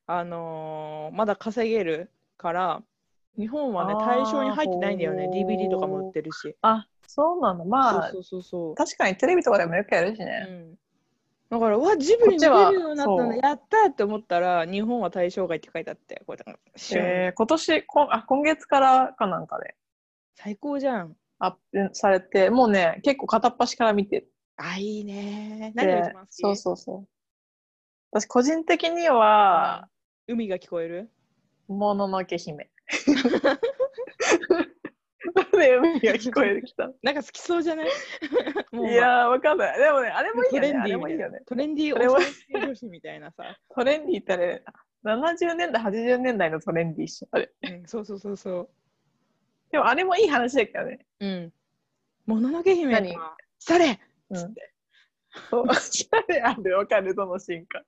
Speaker 1: あのーまだ稼げるから日本はね
Speaker 2: あー
Speaker 1: 対象に入ってないんだよね
Speaker 2: ほー
Speaker 1: DVD とかも売ってるし
Speaker 2: あ、そうなのまあ
Speaker 1: そうそうそうそ
Speaker 2: 確かにテレビとかでもよくやるし
Speaker 1: う、う
Speaker 2: ね。
Speaker 1: ん、だからうわジブリ
Speaker 2: こっ
Speaker 1: 見
Speaker 2: ち
Speaker 1: れる
Speaker 2: は
Speaker 1: ようになったの
Speaker 2: そう
Speaker 1: やったって思ったら日本は対象外って書いてあってこれだ
Speaker 2: えー今年こんあ、今月からかなんかで、
Speaker 1: 最高じゃん
Speaker 2: アップされて、もうね、結構片っ端から見てて。
Speaker 1: あいいね何が一番好き
Speaker 2: そうそうそう。私、個人的には、
Speaker 1: 海が聞こえる
Speaker 2: もののけ姫。なんで海が聞こえてきたの
Speaker 1: なんか好きそうじゃ ないもう
Speaker 2: いやー、わかんない。でもね、あれもいい
Speaker 1: ト
Speaker 2: よ
Speaker 1: レ
Speaker 2: ね。
Speaker 1: ン
Speaker 2: あ
Speaker 1: ディ
Speaker 2: れ
Speaker 1: ーみ
Speaker 2: も
Speaker 1: た
Speaker 2: い
Speaker 1: い
Speaker 2: い
Speaker 1: な
Speaker 2: よね。
Speaker 1: トレンディー
Speaker 2: それは
Speaker 1: おしゃれ女子みたいなさ
Speaker 2: トレンディーってあれ、70年代、80年代のトレンディーっしょ。あれ。
Speaker 1: うん、そうそうそうそ
Speaker 2: でもあれもいい話だけどね。
Speaker 1: う。うん。もののけ姫
Speaker 2: 何
Speaker 1: か。それ
Speaker 2: うん。そう。 あれ、わかる、どのシーンか。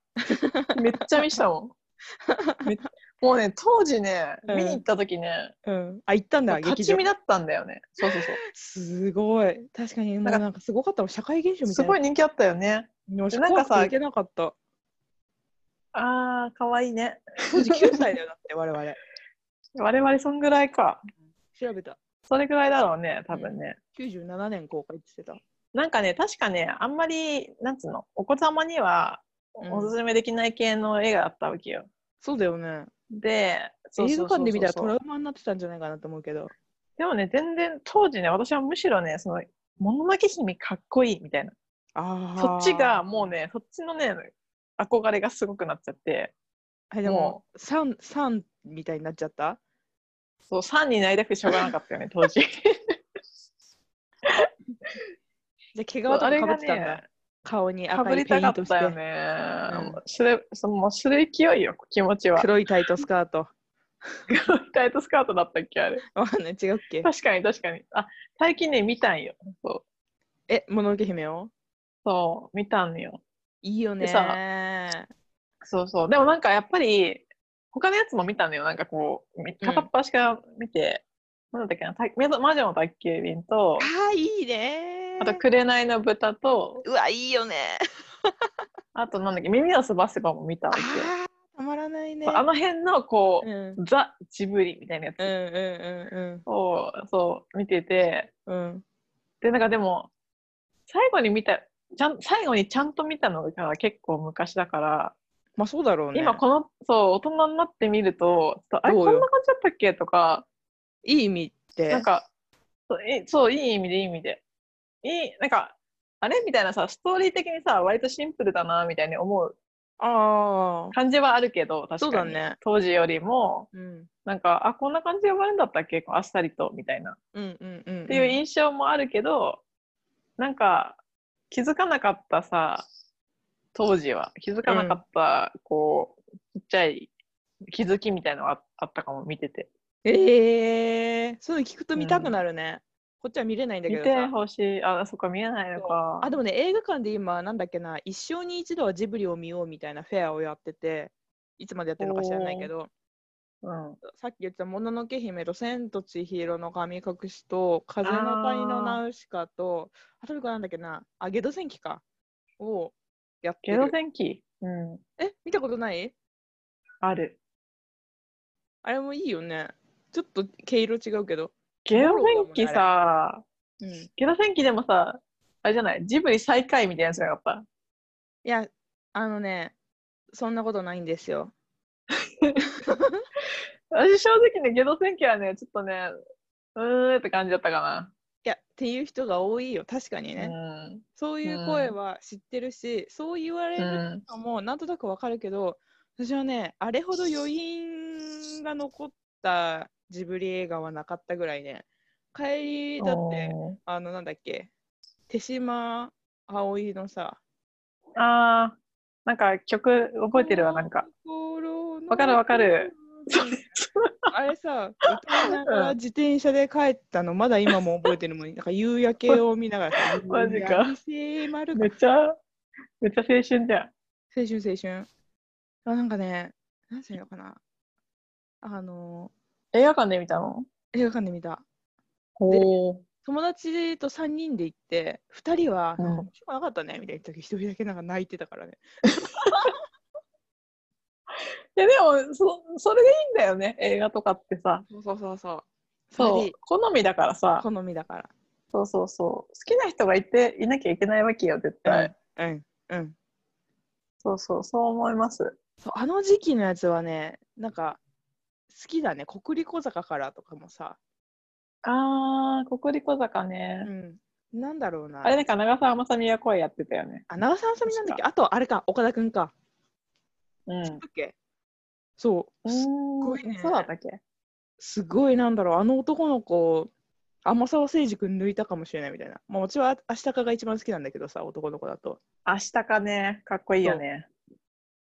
Speaker 2: めっちゃ見した もん。めっもうね、当時ね、
Speaker 1: うん
Speaker 2: 見に行った時ね、
Speaker 1: うん。あ、行ったんだ、
Speaker 2: 立
Speaker 1: 劇
Speaker 2: ち
Speaker 1: 場
Speaker 2: 見。だったんだよね。そうそうそう。
Speaker 1: すごい。確かに、もう
Speaker 2: なんか
Speaker 1: なんかすごかったもん。社会現象み
Speaker 2: す
Speaker 1: たい
Speaker 2: ご
Speaker 1: な。
Speaker 2: い人気あったよね。
Speaker 1: もう
Speaker 2: で
Speaker 1: 怖くて
Speaker 2: なんかさ
Speaker 1: 行けなかった。
Speaker 2: あー、かわいいね。
Speaker 1: 当時9歳だよ、だって、我々。
Speaker 2: 我々そんぐらいか。
Speaker 1: 調べた。
Speaker 2: それぐらいだろうね、多分ね。
Speaker 1: 97年公開って言ってた。
Speaker 2: なんかね、確かね、あんまり、なんつうの、お子様には
Speaker 1: うん
Speaker 2: おすすめできない系の映画だったわけよ。
Speaker 1: そうだよね。
Speaker 2: で、そう
Speaker 1: 映
Speaker 2: そ
Speaker 1: 画
Speaker 2: うそうそう
Speaker 1: 館で見たらトラウマになってたんじゃないかなと思うけど。
Speaker 2: でもね、全然、当時ね、私はむしろね、その、もののけ姫かっこいいみたいな。
Speaker 1: ああ。
Speaker 2: そっちが、。もうね、そっちのね、憧れがすごくなっちゃって、
Speaker 1: はい、でも
Speaker 2: も、
Speaker 1: サン、サンみたいになっちゃった
Speaker 2: そう、3になりたくてしょうがなかったよね、当 時。
Speaker 1: じゃあ、毛皮
Speaker 2: そう
Speaker 1: と
Speaker 2: あ
Speaker 1: か
Speaker 2: れ
Speaker 1: かぶ
Speaker 2: が
Speaker 1: ってたんだ。
Speaker 2: ね、
Speaker 1: 顔に
Speaker 2: か
Speaker 1: 赤
Speaker 2: ぶ
Speaker 1: い
Speaker 2: り
Speaker 1: ペ
Speaker 2: た
Speaker 1: イ
Speaker 2: か
Speaker 1: ン
Speaker 2: っ
Speaker 1: トした
Speaker 2: よ
Speaker 1: て。
Speaker 2: ね
Speaker 1: う。
Speaker 2: する、その、する勢いよ、気持ちは。
Speaker 1: 黒いタイトスカート。
Speaker 2: タイトスカートだったっけあれ。
Speaker 1: わかんない、違うっ け
Speaker 2: 確かに確かに。あ、最近ね、見たんよ。そう。
Speaker 1: え、もののけ姫を
Speaker 2: そう、見たんよ。
Speaker 1: いいよね
Speaker 2: でさそうそう。でもなんかやっぱり、他のやつも見たのよ。なんかこう、み
Speaker 1: うん
Speaker 2: 片っ端から見て、なんだっけな、た魔女の宅急便と、
Speaker 1: ああ、いいね
Speaker 2: あと、紅の豚と、
Speaker 1: うわ、いいよね
Speaker 2: あと、なんだっけ、耳をすばせばも見たわ
Speaker 1: あ
Speaker 2: けよ。
Speaker 1: ーたまらないね。
Speaker 2: そうあの辺の、こ
Speaker 1: う
Speaker 2: う、
Speaker 1: ん、うん
Speaker 2: ザ・ジブリみたいなや
Speaker 1: うん
Speaker 2: つ
Speaker 1: う
Speaker 2: を、そう、見てて、
Speaker 1: んうんうん。
Speaker 2: で、なんかでも、最後に見た、ちゃん最後にちゃんと見たのが結構昔だから、
Speaker 1: まあそうだろうね。
Speaker 2: 今この、そう、大人になってみると、ちょっとあれ、
Speaker 1: ど
Speaker 2: こ
Speaker 1: うんよ
Speaker 2: な感じだったっけとか、
Speaker 1: いい意味って。
Speaker 2: なんか、そういいそう、いい意味で、いい意味で。いい、なんか、あれみたいなさ、ストーリー的にさ、割とシンプルだな、みたいに思う
Speaker 1: ああ、
Speaker 2: 感じはあるけど、確かに。
Speaker 1: そうだね。
Speaker 2: 当時よりも、
Speaker 1: うん
Speaker 2: なんか、あ、こんな感じで終わるんだったっけこうあっさりと、みたいな。っ
Speaker 1: うんうんうんうん。って
Speaker 2: いう印象もあるけど、なんか、気づかなかったさ、当時は。気づかなかった、こう、ちっちゃい気づきみたいのがああったかも、見てて。
Speaker 1: ええそういうの聞くと見たくなるね。こっちは見れないんだけ
Speaker 2: 見
Speaker 1: ど
Speaker 2: て
Speaker 1: さ。
Speaker 2: ほしい。あ、そっか、見えないのか。
Speaker 1: あでもね映画館で今なんだっけな一生に一度はジブリを見ようみたいなフェアをやってていつまでやってるのか知らないけど
Speaker 2: うん。
Speaker 1: さっき言ってた「もののけ姫」と「千と千尋の神隠し」と「風の谷のナウシカ」とあとどこなんだっけなあゲド戦記かをやって
Speaker 2: ゲド
Speaker 1: る
Speaker 2: 戦記うん。
Speaker 1: え見たことない
Speaker 2: ある。
Speaker 1: あれもいいよねちょっと毛色違うけど
Speaker 2: ゲド戦記さ、
Speaker 1: うんい
Speaker 2: ゲド戦記でもさ、あれじゃない、ジブリ最下位みたいなやつがやっぱ。
Speaker 1: やあのねそんなことないんですよ
Speaker 2: 私正直ね、ゲド戦記はね、ちょっとね、うーんって感じだったか
Speaker 1: いやっていう人が多いよ確かに
Speaker 2: な。
Speaker 1: ね、
Speaker 2: うん。
Speaker 1: そういう声は知ってるし、そう言われ
Speaker 2: う
Speaker 1: る
Speaker 2: ん。
Speaker 1: のもなんとなくわかるけど、私はね、あれほど余韻が残ったジブリ映画はなかったぐらいね、帰りだって、
Speaker 2: おー
Speaker 1: あの、なんだっけ、手島葵のさ、
Speaker 2: あー、なんか曲覚えてるわ、なんか。。わ
Speaker 1: わ
Speaker 2: かるわかる。そう
Speaker 1: あれさ、歌いながら自転車で帰ったの、まだ今も覚えてるのに、なんか夕焼けを見ながらさ、
Speaker 2: マジか
Speaker 1: 夕焼け丸
Speaker 2: めっちゃ、めっちゃ青春じゃん。
Speaker 1: 青春青春。あなんかね、なんていうのかな。あの、
Speaker 2: 映画館で見たの
Speaker 1: 映画館で見た。
Speaker 2: おー。
Speaker 1: 友達と3人で行って、2人は、
Speaker 2: うん
Speaker 1: なんか面白くなかったね、みたいな時、1人だけなんか泣いてたからね。
Speaker 2: いやでもそ、それでいいんだよね、映画とかってさ。
Speaker 1: そうそうそうそう。それ
Speaker 2: そ
Speaker 1: で
Speaker 2: う、好みだからさ。
Speaker 1: 好みだか
Speaker 2: そうそうそう。好きな人がいていなきゃいけないわけよ、絶
Speaker 1: ら。う
Speaker 2: 対。
Speaker 1: ん。うん。
Speaker 2: そうそう、そう思います。
Speaker 1: そうあの時期のやつはね、なんか、好きだね。国立小坂からとかもさ。
Speaker 2: あー、国立小坂ね
Speaker 1: う。ん。なんだろうな。
Speaker 2: あれなんか長澤まさみが声やってたよね。
Speaker 1: あ、長澤まさみなんだっけあと、あれか、岡田くんか。
Speaker 2: うん。
Speaker 1: だっけそう。
Speaker 2: う
Speaker 1: ごいね
Speaker 2: そうだったっけ
Speaker 1: すごいなんだろうあの男の子天沢誠二君抜いたかもしれないみたいな、まあ、うちは明日かが一番好きなんだけどさ男の子だと
Speaker 2: 明日かね、かっこいいよね。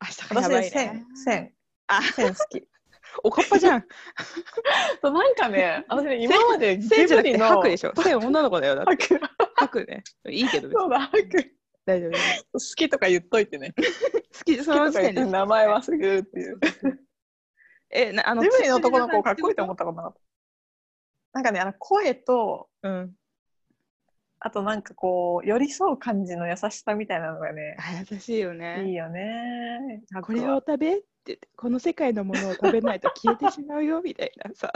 Speaker 1: 明日かや
Speaker 2: 私
Speaker 1: ば
Speaker 2: ね、
Speaker 1: いね
Speaker 2: 千、千、
Speaker 1: あ
Speaker 2: 千好き。
Speaker 1: おかっぱじゃん
Speaker 2: そうなんか ね、私ね、今まで
Speaker 1: 千
Speaker 2: ジ
Speaker 1: じゃな
Speaker 2: ブ
Speaker 1: く
Speaker 2: リ
Speaker 1: て
Speaker 2: の。
Speaker 1: 白でしょ千女の子だよだって
Speaker 2: 白そ
Speaker 1: 白ねいいけど別に
Speaker 2: うだ、白。
Speaker 1: 大丈夫大丈
Speaker 2: 好きとか言っといてね。
Speaker 1: 夫好きそ
Speaker 2: 好き
Speaker 1: の時
Speaker 2: とか言っ
Speaker 1: 点で
Speaker 2: て名前忘れるっていう。
Speaker 1: えなあの
Speaker 2: ジブリの男の子かっこいいと思
Speaker 1: っ
Speaker 2: ったことなかった。なんかね、あの声と、
Speaker 1: たうん
Speaker 2: あとなんかこう、寄り添う感じの優しさみたいなのがね、
Speaker 1: あ優しいよ
Speaker 2: いい
Speaker 1: ね
Speaker 2: よね。
Speaker 1: これを食べって言ってこの世界のものを食べないと消えてしまうよみたいなさ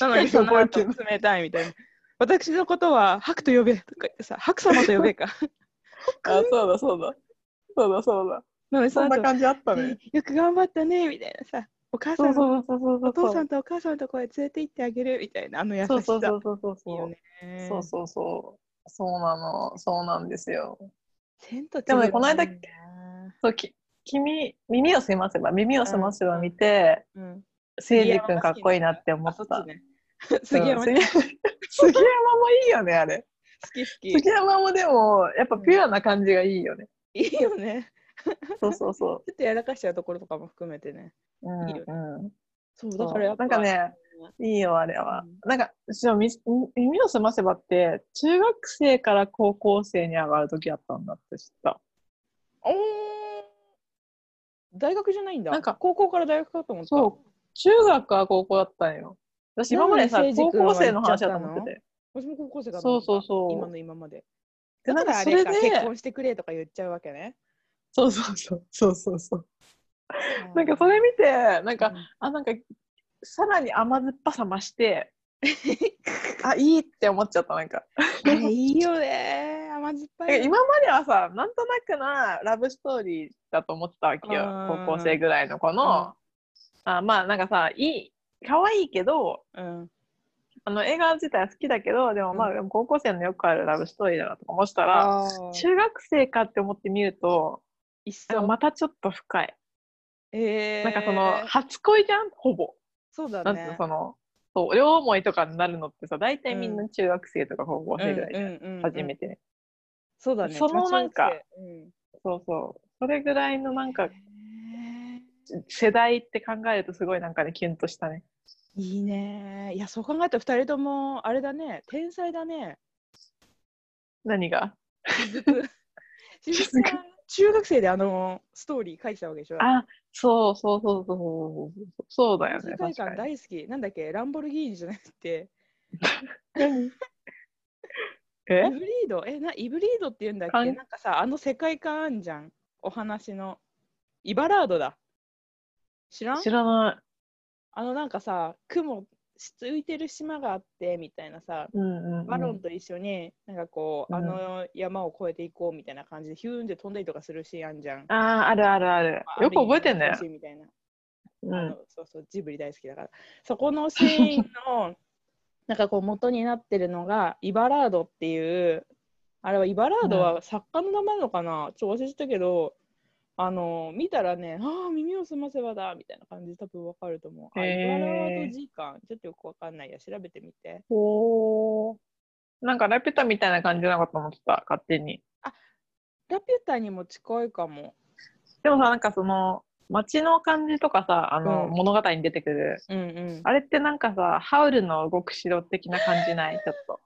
Speaker 1: なのにそ の
Speaker 2: 覚え
Speaker 1: 後
Speaker 2: てる。
Speaker 1: 冷たいみたいな。私のことは白と呼べとか言ってさ、白様と呼べか。
Speaker 2: あ、そうだそうだ。そうだそうだ。
Speaker 1: なのにそ
Speaker 2: そん
Speaker 1: の後
Speaker 2: な感じあったね
Speaker 1: ね。よく頑張ったねみたいなさ、お母
Speaker 2: そ
Speaker 1: さ
Speaker 2: うん
Speaker 1: の
Speaker 2: そうそうそうそう。
Speaker 1: お父さんとお母さんのとこへ連れて行ってあげるみたいなあの優しさ。
Speaker 2: そうそうそうそうそ
Speaker 1: い
Speaker 2: う
Speaker 1: いよ
Speaker 2: そう。
Speaker 1: ね。
Speaker 2: そうそうそう。そうなの。そうなんですよ。
Speaker 1: 千と千尋
Speaker 2: でもねこの間
Speaker 1: いいな
Speaker 2: そうき君、耳を澄ませば、耳を澄ませば見て、
Speaker 1: うん、
Speaker 2: 誠治君かっこいいなって思
Speaker 1: あ
Speaker 2: っ
Speaker 1: そっち
Speaker 2: た。
Speaker 1: ね。杉山
Speaker 2: うん
Speaker 1: ね、好
Speaker 2: 杉 杉山もいいよね、あれ。
Speaker 1: き好き。
Speaker 2: 杉山もでも、やっぱピュアな感じがいいよね。
Speaker 1: いいよね。
Speaker 2: そうそうそ
Speaker 1: ちょっとやらかしちゃうところとかも含めてね。
Speaker 2: う。うん
Speaker 1: いいよね
Speaker 2: うん
Speaker 1: そう、だからやっぱ
Speaker 2: なんか、ね、いいよ、あれは。なんか、でもみ耳を澄ませばって、中学生から高校生に上がる時だったんだって知った。
Speaker 1: おー大学じゃないんだ。
Speaker 2: なんか
Speaker 1: 高校から大学かと思った。
Speaker 2: そう。中学は高校だったんよ。私今までさ
Speaker 1: なの、に
Speaker 2: 高
Speaker 1: 誠司君は
Speaker 2: 校生の話だと思ってて。
Speaker 1: 私も高校生かと
Speaker 2: そ
Speaker 1: 思っ
Speaker 2: う
Speaker 1: た
Speaker 2: そうそう。
Speaker 1: 今の今まで。
Speaker 2: で、なん
Speaker 1: だ
Speaker 2: か
Speaker 1: からあれ
Speaker 2: それ
Speaker 1: か
Speaker 2: で、
Speaker 1: 結婚してくれとか言っちゃうわけね。
Speaker 2: そうそうそう、そうそうそう。 なんかそれ見て、なんか、あ、なんか、さらに甘酸っぱさ増して、あ、いいって思っちゃった、なんか。
Speaker 1: うん、あれいいよね。甘酸っぱ
Speaker 2: なん
Speaker 1: い。
Speaker 2: か今まではさ、なんとなくなラブストーリーだと思ってたわけよ
Speaker 1: うん。
Speaker 2: 高校生ぐらいの子の。あまあ、なんかさ、いい、可愛いけど、
Speaker 1: うん、
Speaker 2: あの映画自体は好きだけど、でもまあ、でも高校生のよくあるラブストーリーだなとか思ってたら、
Speaker 1: あー
Speaker 2: 中学生かって思ってみると、
Speaker 1: 一
Speaker 2: なんか
Speaker 1: 緒。
Speaker 2: またちょっと深い。
Speaker 1: えー、
Speaker 2: なんかその、初恋じゃんほぼ。
Speaker 1: そうだ
Speaker 2: なんていうの
Speaker 1: ね。
Speaker 2: その、そう、両思いとかになるのってさ、大体みんな中学生とか高校生ぐらいで、初め
Speaker 1: て。
Speaker 2: てね。
Speaker 1: そうだね。
Speaker 2: そのなんか
Speaker 1: 中学生、うん
Speaker 2: そうそう。それぐらいのなんか、
Speaker 1: へ
Speaker 2: 世代って考えるとすごいなんかね、キュンとしたね。
Speaker 1: ーいいね。いや、そう考えたら二人とも、あれだね、天才だね。
Speaker 2: 何が
Speaker 1: しずくさん中学生であのストーリー書いてたわけでしょ。
Speaker 2: あ、そうそうそうそうそう。そうだよね
Speaker 1: 世。界
Speaker 2: 確か
Speaker 1: 観
Speaker 2: に。
Speaker 1: 大好き。なんだっけ、ランボルギーニじゃなくて、イ
Speaker 2: え
Speaker 1: ブリード。え、な、イブリードって言うんだっ
Speaker 2: か
Speaker 1: け
Speaker 2: ん
Speaker 1: なんかさ、あの世界観あんじゃん。お話の。イバラードだ。知らん
Speaker 2: 知らな
Speaker 1: あのなんかさ、雲、浮いてる島があって、みたいなさ、
Speaker 2: い。うんうん、う
Speaker 1: マロン
Speaker 2: ん。
Speaker 1: と一緒に、なんかこう、
Speaker 2: うん
Speaker 1: あの山を越えていこうみたいな感じで、ヒューンって飛んだりとかするシーンあんじゃん。
Speaker 2: ああ、あるあるある。よく覚えてんね
Speaker 1: あの。みたいな
Speaker 2: う
Speaker 1: あ
Speaker 2: ん
Speaker 1: の。そうそうジブリ大好きだからそこのシーンの なんかこう元になってるのがイバラードっていうあれはイバラードは作家の名前なのかな、ちょっと忘れしたけどあの見たらね「ああ耳を澄ませばだ」みたいな感じで多分わかると思う。あ
Speaker 2: へ
Speaker 1: イバ
Speaker 2: ー
Speaker 1: ラード時間ちょっとよくわかんないや調べてみて。
Speaker 2: おーなんかラピュタみたいな感じじゃなかったと思ってた、勝手に。
Speaker 1: ラピュタにも近いかも。
Speaker 2: でもさ、なんかその、街の感じとかさ、あの、
Speaker 1: うん
Speaker 2: 物語に出てくる。
Speaker 1: うんうん、
Speaker 2: あれってなんかさ、ハウルの動く城的な感じ ないちょっと。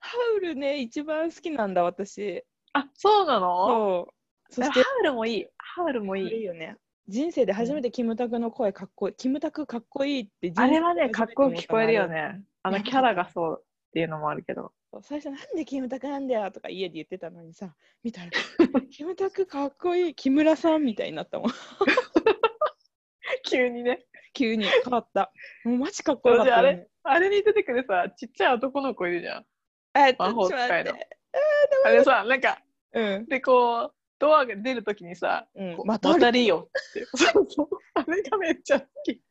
Speaker 1: ハウルね一番好きなんだ私。
Speaker 2: あ、そうなの
Speaker 1: そうそ
Speaker 2: でも
Speaker 1: して
Speaker 2: ハウルもいい。ハウルもい
Speaker 1: いい
Speaker 2: い。
Speaker 1: よね。人生で初めてキムタクの声かっこいい。キムタクかっこいいって人生
Speaker 2: あ
Speaker 1: で
Speaker 2: れはね、かっこよく聞こえるよ
Speaker 1: 初めて思っ
Speaker 2: ね。あの、キャラがそうっていうのもあるけど。
Speaker 1: たの。あれ最初なんでキムタクなんだよとか家で言ってたのにさ、見 たらキムタクかっこいい。木村さんみたいになったもん。
Speaker 2: 急にね。
Speaker 1: 急に変わった。もうマジかっこよかった、
Speaker 2: あ
Speaker 1: ね。
Speaker 2: あれに出てくるさ、ちっちゃい男の子いる じゃん。
Speaker 1: あれ
Speaker 2: 魔法
Speaker 1: ちょっと待
Speaker 2: 使
Speaker 1: っ
Speaker 2: い
Speaker 1: て
Speaker 2: のあれさ、なんか、
Speaker 1: うん。
Speaker 2: で、こう、ドアが出るときにさ、
Speaker 1: うん
Speaker 2: こ、う
Speaker 1: また
Speaker 2: 渡りよって。 そうそう。あれがめっちゃ好き。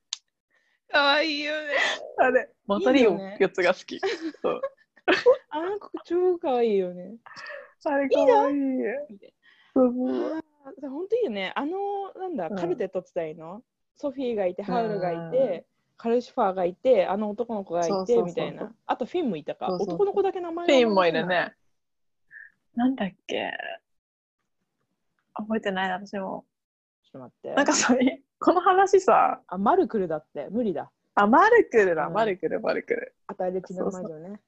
Speaker 1: かわいいよね。
Speaker 2: あれ、またりよってやつが好き。そう。
Speaker 1: あの子超かわいいよね。
Speaker 2: あれかわいい。そう
Speaker 1: あ
Speaker 2: そう。
Speaker 1: ーほんといいよね。あの、なんだ、
Speaker 2: うん
Speaker 1: カルテットって言ったらいいのソフィーがいて、ハウルがい
Speaker 2: うんうんう
Speaker 1: て、カルシファーがいて、あの男の子がい
Speaker 2: そうそうそう
Speaker 1: て、
Speaker 2: そう
Speaker 1: みたいな。あとフィンもいたか。
Speaker 2: そうそうそう
Speaker 1: 男の子だけ名前
Speaker 2: フ
Speaker 1: が
Speaker 2: ィ
Speaker 1: 思
Speaker 2: ン
Speaker 1: い出
Speaker 2: も
Speaker 1: せ
Speaker 2: い
Speaker 1: ない
Speaker 2: る。ね。なんだっけ覚えてないな、私も。
Speaker 1: ちょっと待って。
Speaker 2: なんかさ、いこの話さ、
Speaker 1: あ、マルクルだって。無理だ。
Speaker 2: あ、マルクルだ、
Speaker 1: うん
Speaker 2: マルクル、マルクル。
Speaker 1: あとあれ、ちな魔女ね。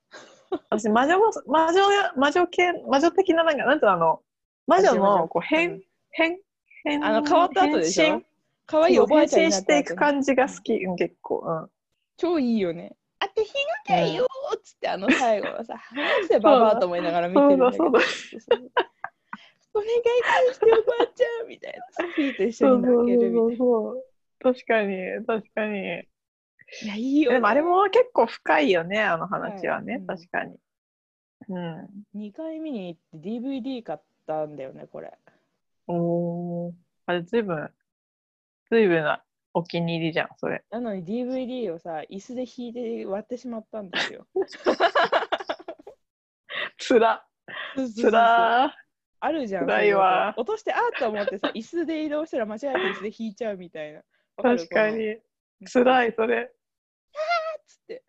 Speaker 2: 私、魔女も、魔女や、魔女系、魔女的な、なんか、なんていうの、あの、魔女
Speaker 1: 魔女魔女
Speaker 2: の、こう、
Speaker 1: う
Speaker 2: 変
Speaker 1: ん、
Speaker 2: 変、変、
Speaker 1: あの、変わった後でし
Speaker 2: 変
Speaker 1: ょ
Speaker 2: 身。
Speaker 1: かわいいおばあちゃんに
Speaker 2: 変身
Speaker 1: なっ
Speaker 2: したて
Speaker 1: 後
Speaker 2: いく感じが好き、うん、結構。うん。
Speaker 1: 超いいよね。あて、ひがだよーっつって、あの最後はさ、 話せばばあと思いながら見てるんだけど。
Speaker 2: そうだ
Speaker 1: そうそう お願い返しておばあちゃんみたいな。ソフィーと一緒に泣けるみたいな。
Speaker 2: そう。確かに、確かに。
Speaker 1: いや、いいよ。
Speaker 2: でもあれも結構深いよね、あの話はね、
Speaker 1: うん
Speaker 2: 確かに。うん。
Speaker 1: 2回見に行って DVD 買ったんだよね、これ。
Speaker 2: おお。あれ、ずいぶん、ずいぶんなお気に入りじゃん、それ。
Speaker 1: なのに DVD をさ、椅子で引いて割ってしまったん ですよ。
Speaker 2: つら、
Speaker 1: そうそうそう
Speaker 2: つら
Speaker 1: あるじゃん。
Speaker 2: 辛いわ
Speaker 1: そううの落としてあーっと思ってさ、椅子で移動したら間違えて椅子で引いちゃうみたいな。
Speaker 2: ー、確かに。つ
Speaker 1: い。
Speaker 2: らい、それ。
Speaker 1: っつって。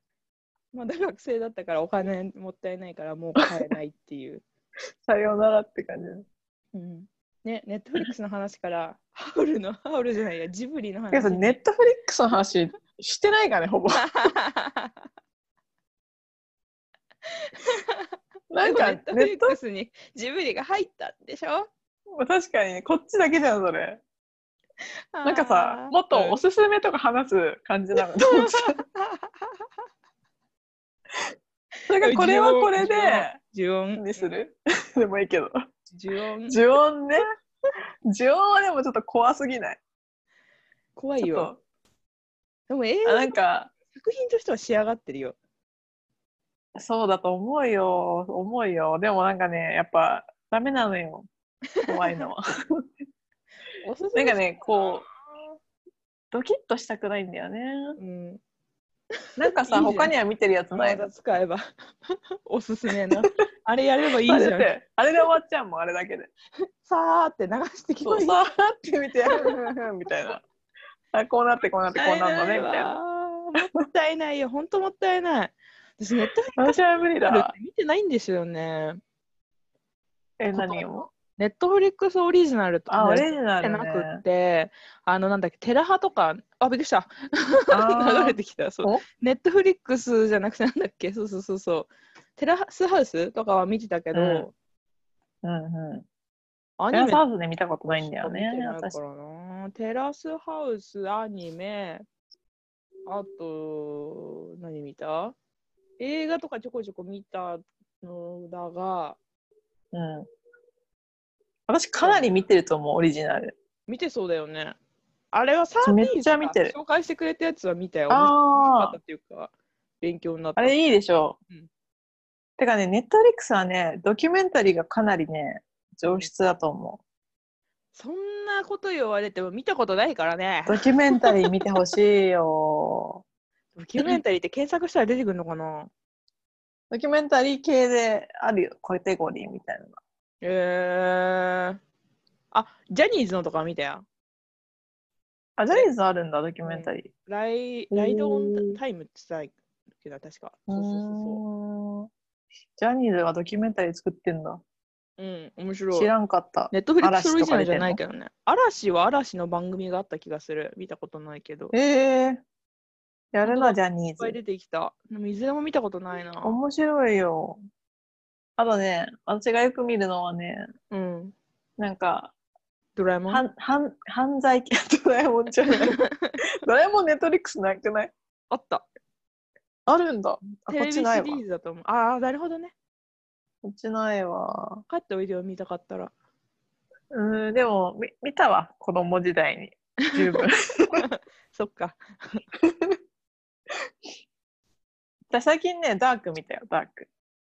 Speaker 1: まあ、大学生だったからお金もったいないからもう買えないって いう。
Speaker 2: さようならって感じ。
Speaker 1: うん、ね、ネットフリックスの話から、ハウルの、ハウルじゃないや、ジブリの
Speaker 2: いや、
Speaker 1: 話
Speaker 2: ネットフリックスの話、してないから ね、ほぼ。なんか、
Speaker 1: ネ
Speaker 2: ネ
Speaker 1: ットフリ
Speaker 2: ッ
Speaker 1: ッ
Speaker 2: ト
Speaker 1: クスにジブリが入ったんでしょ
Speaker 2: 確かにね、こっちだけじゃん、それ。な
Speaker 1: なん
Speaker 2: かさ、もっとおすすめとか話す感じなの。 なんかこれはこれで、
Speaker 1: 呪音
Speaker 2: にする でもいいけど。
Speaker 1: 呪音
Speaker 2: 呪音ね。呪音はでもちょっと怖すぎない。
Speaker 1: 怖い
Speaker 2: ち
Speaker 1: よ
Speaker 2: ょ
Speaker 1: でも映
Speaker 2: っと。あ
Speaker 1: 画
Speaker 2: なんか、
Speaker 1: 作品としては仕上がってるよ
Speaker 2: そうだと思うよ。思うよ。でもなんかね、やっぱダメなのよ。怖い のは。
Speaker 1: おすす
Speaker 2: な
Speaker 1: め
Speaker 2: んかね、こう、ドキッとしたくないんだよね。
Speaker 1: うん
Speaker 2: なんかさ、
Speaker 1: いいじゃん
Speaker 2: 他には見てるやつないの
Speaker 1: 体使えば おすすめ なあれやればいいじ
Speaker 2: あ
Speaker 1: ゃ
Speaker 2: れだっ
Speaker 1: ん
Speaker 2: てあれで終わっちゃうもん、あれだけで。
Speaker 1: さーって流して聞
Speaker 2: そ
Speaker 1: こ
Speaker 2: う
Speaker 1: える
Speaker 2: さーって見て、ふんふんふんみたいな。あこうなってこうなってこうなんのねみたいな。
Speaker 1: なもったいないよほんともったいない私ネットフリックス
Speaker 2: 私は無理だ。
Speaker 1: 見てないんですよね
Speaker 2: え、何を
Speaker 1: ネットフリックスオリジナルと
Speaker 2: あ、オ
Speaker 1: ね
Speaker 2: レジナ
Speaker 1: じゃ
Speaker 2: ル、ね
Speaker 1: な。くって、あのなんだっけテラハとかあびっくりした
Speaker 2: あ
Speaker 1: 流れ
Speaker 2: ー
Speaker 1: てきたそう
Speaker 2: お
Speaker 1: ネットフリックスじゃなくてなんだっけそうそうそうそうテラスハウスとかは見てたけど、
Speaker 2: うんうんうん。
Speaker 1: ア
Speaker 2: テラスハウスね、見たことないんだよね
Speaker 1: 見て。ない
Speaker 2: 私
Speaker 1: からなテラスハウスアニメあと何見た映画とかちょこちょこ見たのだが
Speaker 2: うん。私、かなり見てると思う、オリジナル。
Speaker 1: 見てそうだよねあれはサ
Speaker 2: そう
Speaker 1: ー
Speaker 2: め
Speaker 1: ビ
Speaker 2: っ
Speaker 1: ス
Speaker 2: ちゃ見てる
Speaker 1: 紹介してくれたやつは見たよ面白か
Speaker 2: あ
Speaker 1: った
Speaker 2: あ
Speaker 1: っ、ていうか勉強になった
Speaker 2: あれいいでしょ。
Speaker 1: うん
Speaker 2: てかね、ネットフリックスはね、ドキュメンタリーがかなりね、上質だと思
Speaker 1: そんなこと言われても見たことないからね
Speaker 2: う。ドキュメンタリー見てほしい よ。
Speaker 1: ドキュメンタリーって検索したら出てくるのかな
Speaker 2: ドキュメンタリー系であるよ、カテゴリーみたいなの。
Speaker 1: えー、あジャニーズのとか見たよ
Speaker 2: あ、ジャニーズあるんだ、ドキュメンタリー。
Speaker 1: ライ
Speaker 2: うん
Speaker 1: ライドオンタイムってさっけど確かそうそうそう
Speaker 2: うーんジャニーズがドキュメンタリー作ってんだ。
Speaker 1: そううん面白い
Speaker 2: 知らんかった。
Speaker 1: ネットフリックスオリ
Speaker 2: 嵐と
Speaker 1: ジナル
Speaker 2: か出
Speaker 1: じ
Speaker 2: て
Speaker 1: ゃ
Speaker 2: んの
Speaker 1: ないけどね嵐は嵐の番組があった気がする見たことないけどいっ
Speaker 2: ええや
Speaker 1: 本
Speaker 2: る
Speaker 1: 当だ
Speaker 2: な、ジャニ
Speaker 1: ぱ
Speaker 2: ー
Speaker 1: い
Speaker 2: ズ。
Speaker 1: 出てきたでもいずれも見たことないな
Speaker 2: 面白いよ。あとね、私がよく見るのはね、
Speaker 1: うん
Speaker 2: なんか、
Speaker 1: ドラえもん
Speaker 2: はんはん犯罪系ドラえもん じゃない。ドラえもんネットフリックスなくない
Speaker 1: あった
Speaker 2: あるんだ。あ
Speaker 1: テレ
Speaker 2: こっ
Speaker 1: ビ
Speaker 2: ち
Speaker 1: シリ
Speaker 2: ないわ。
Speaker 1: ーズだと思うああなるほどね
Speaker 2: こっちないわ。
Speaker 1: 帰っておいでよ見たかったら
Speaker 2: うーん、でも、み見たわ、子供時代に。十 分。
Speaker 1: そっか
Speaker 2: 私最近ね、ダーク見たよ、ダーク。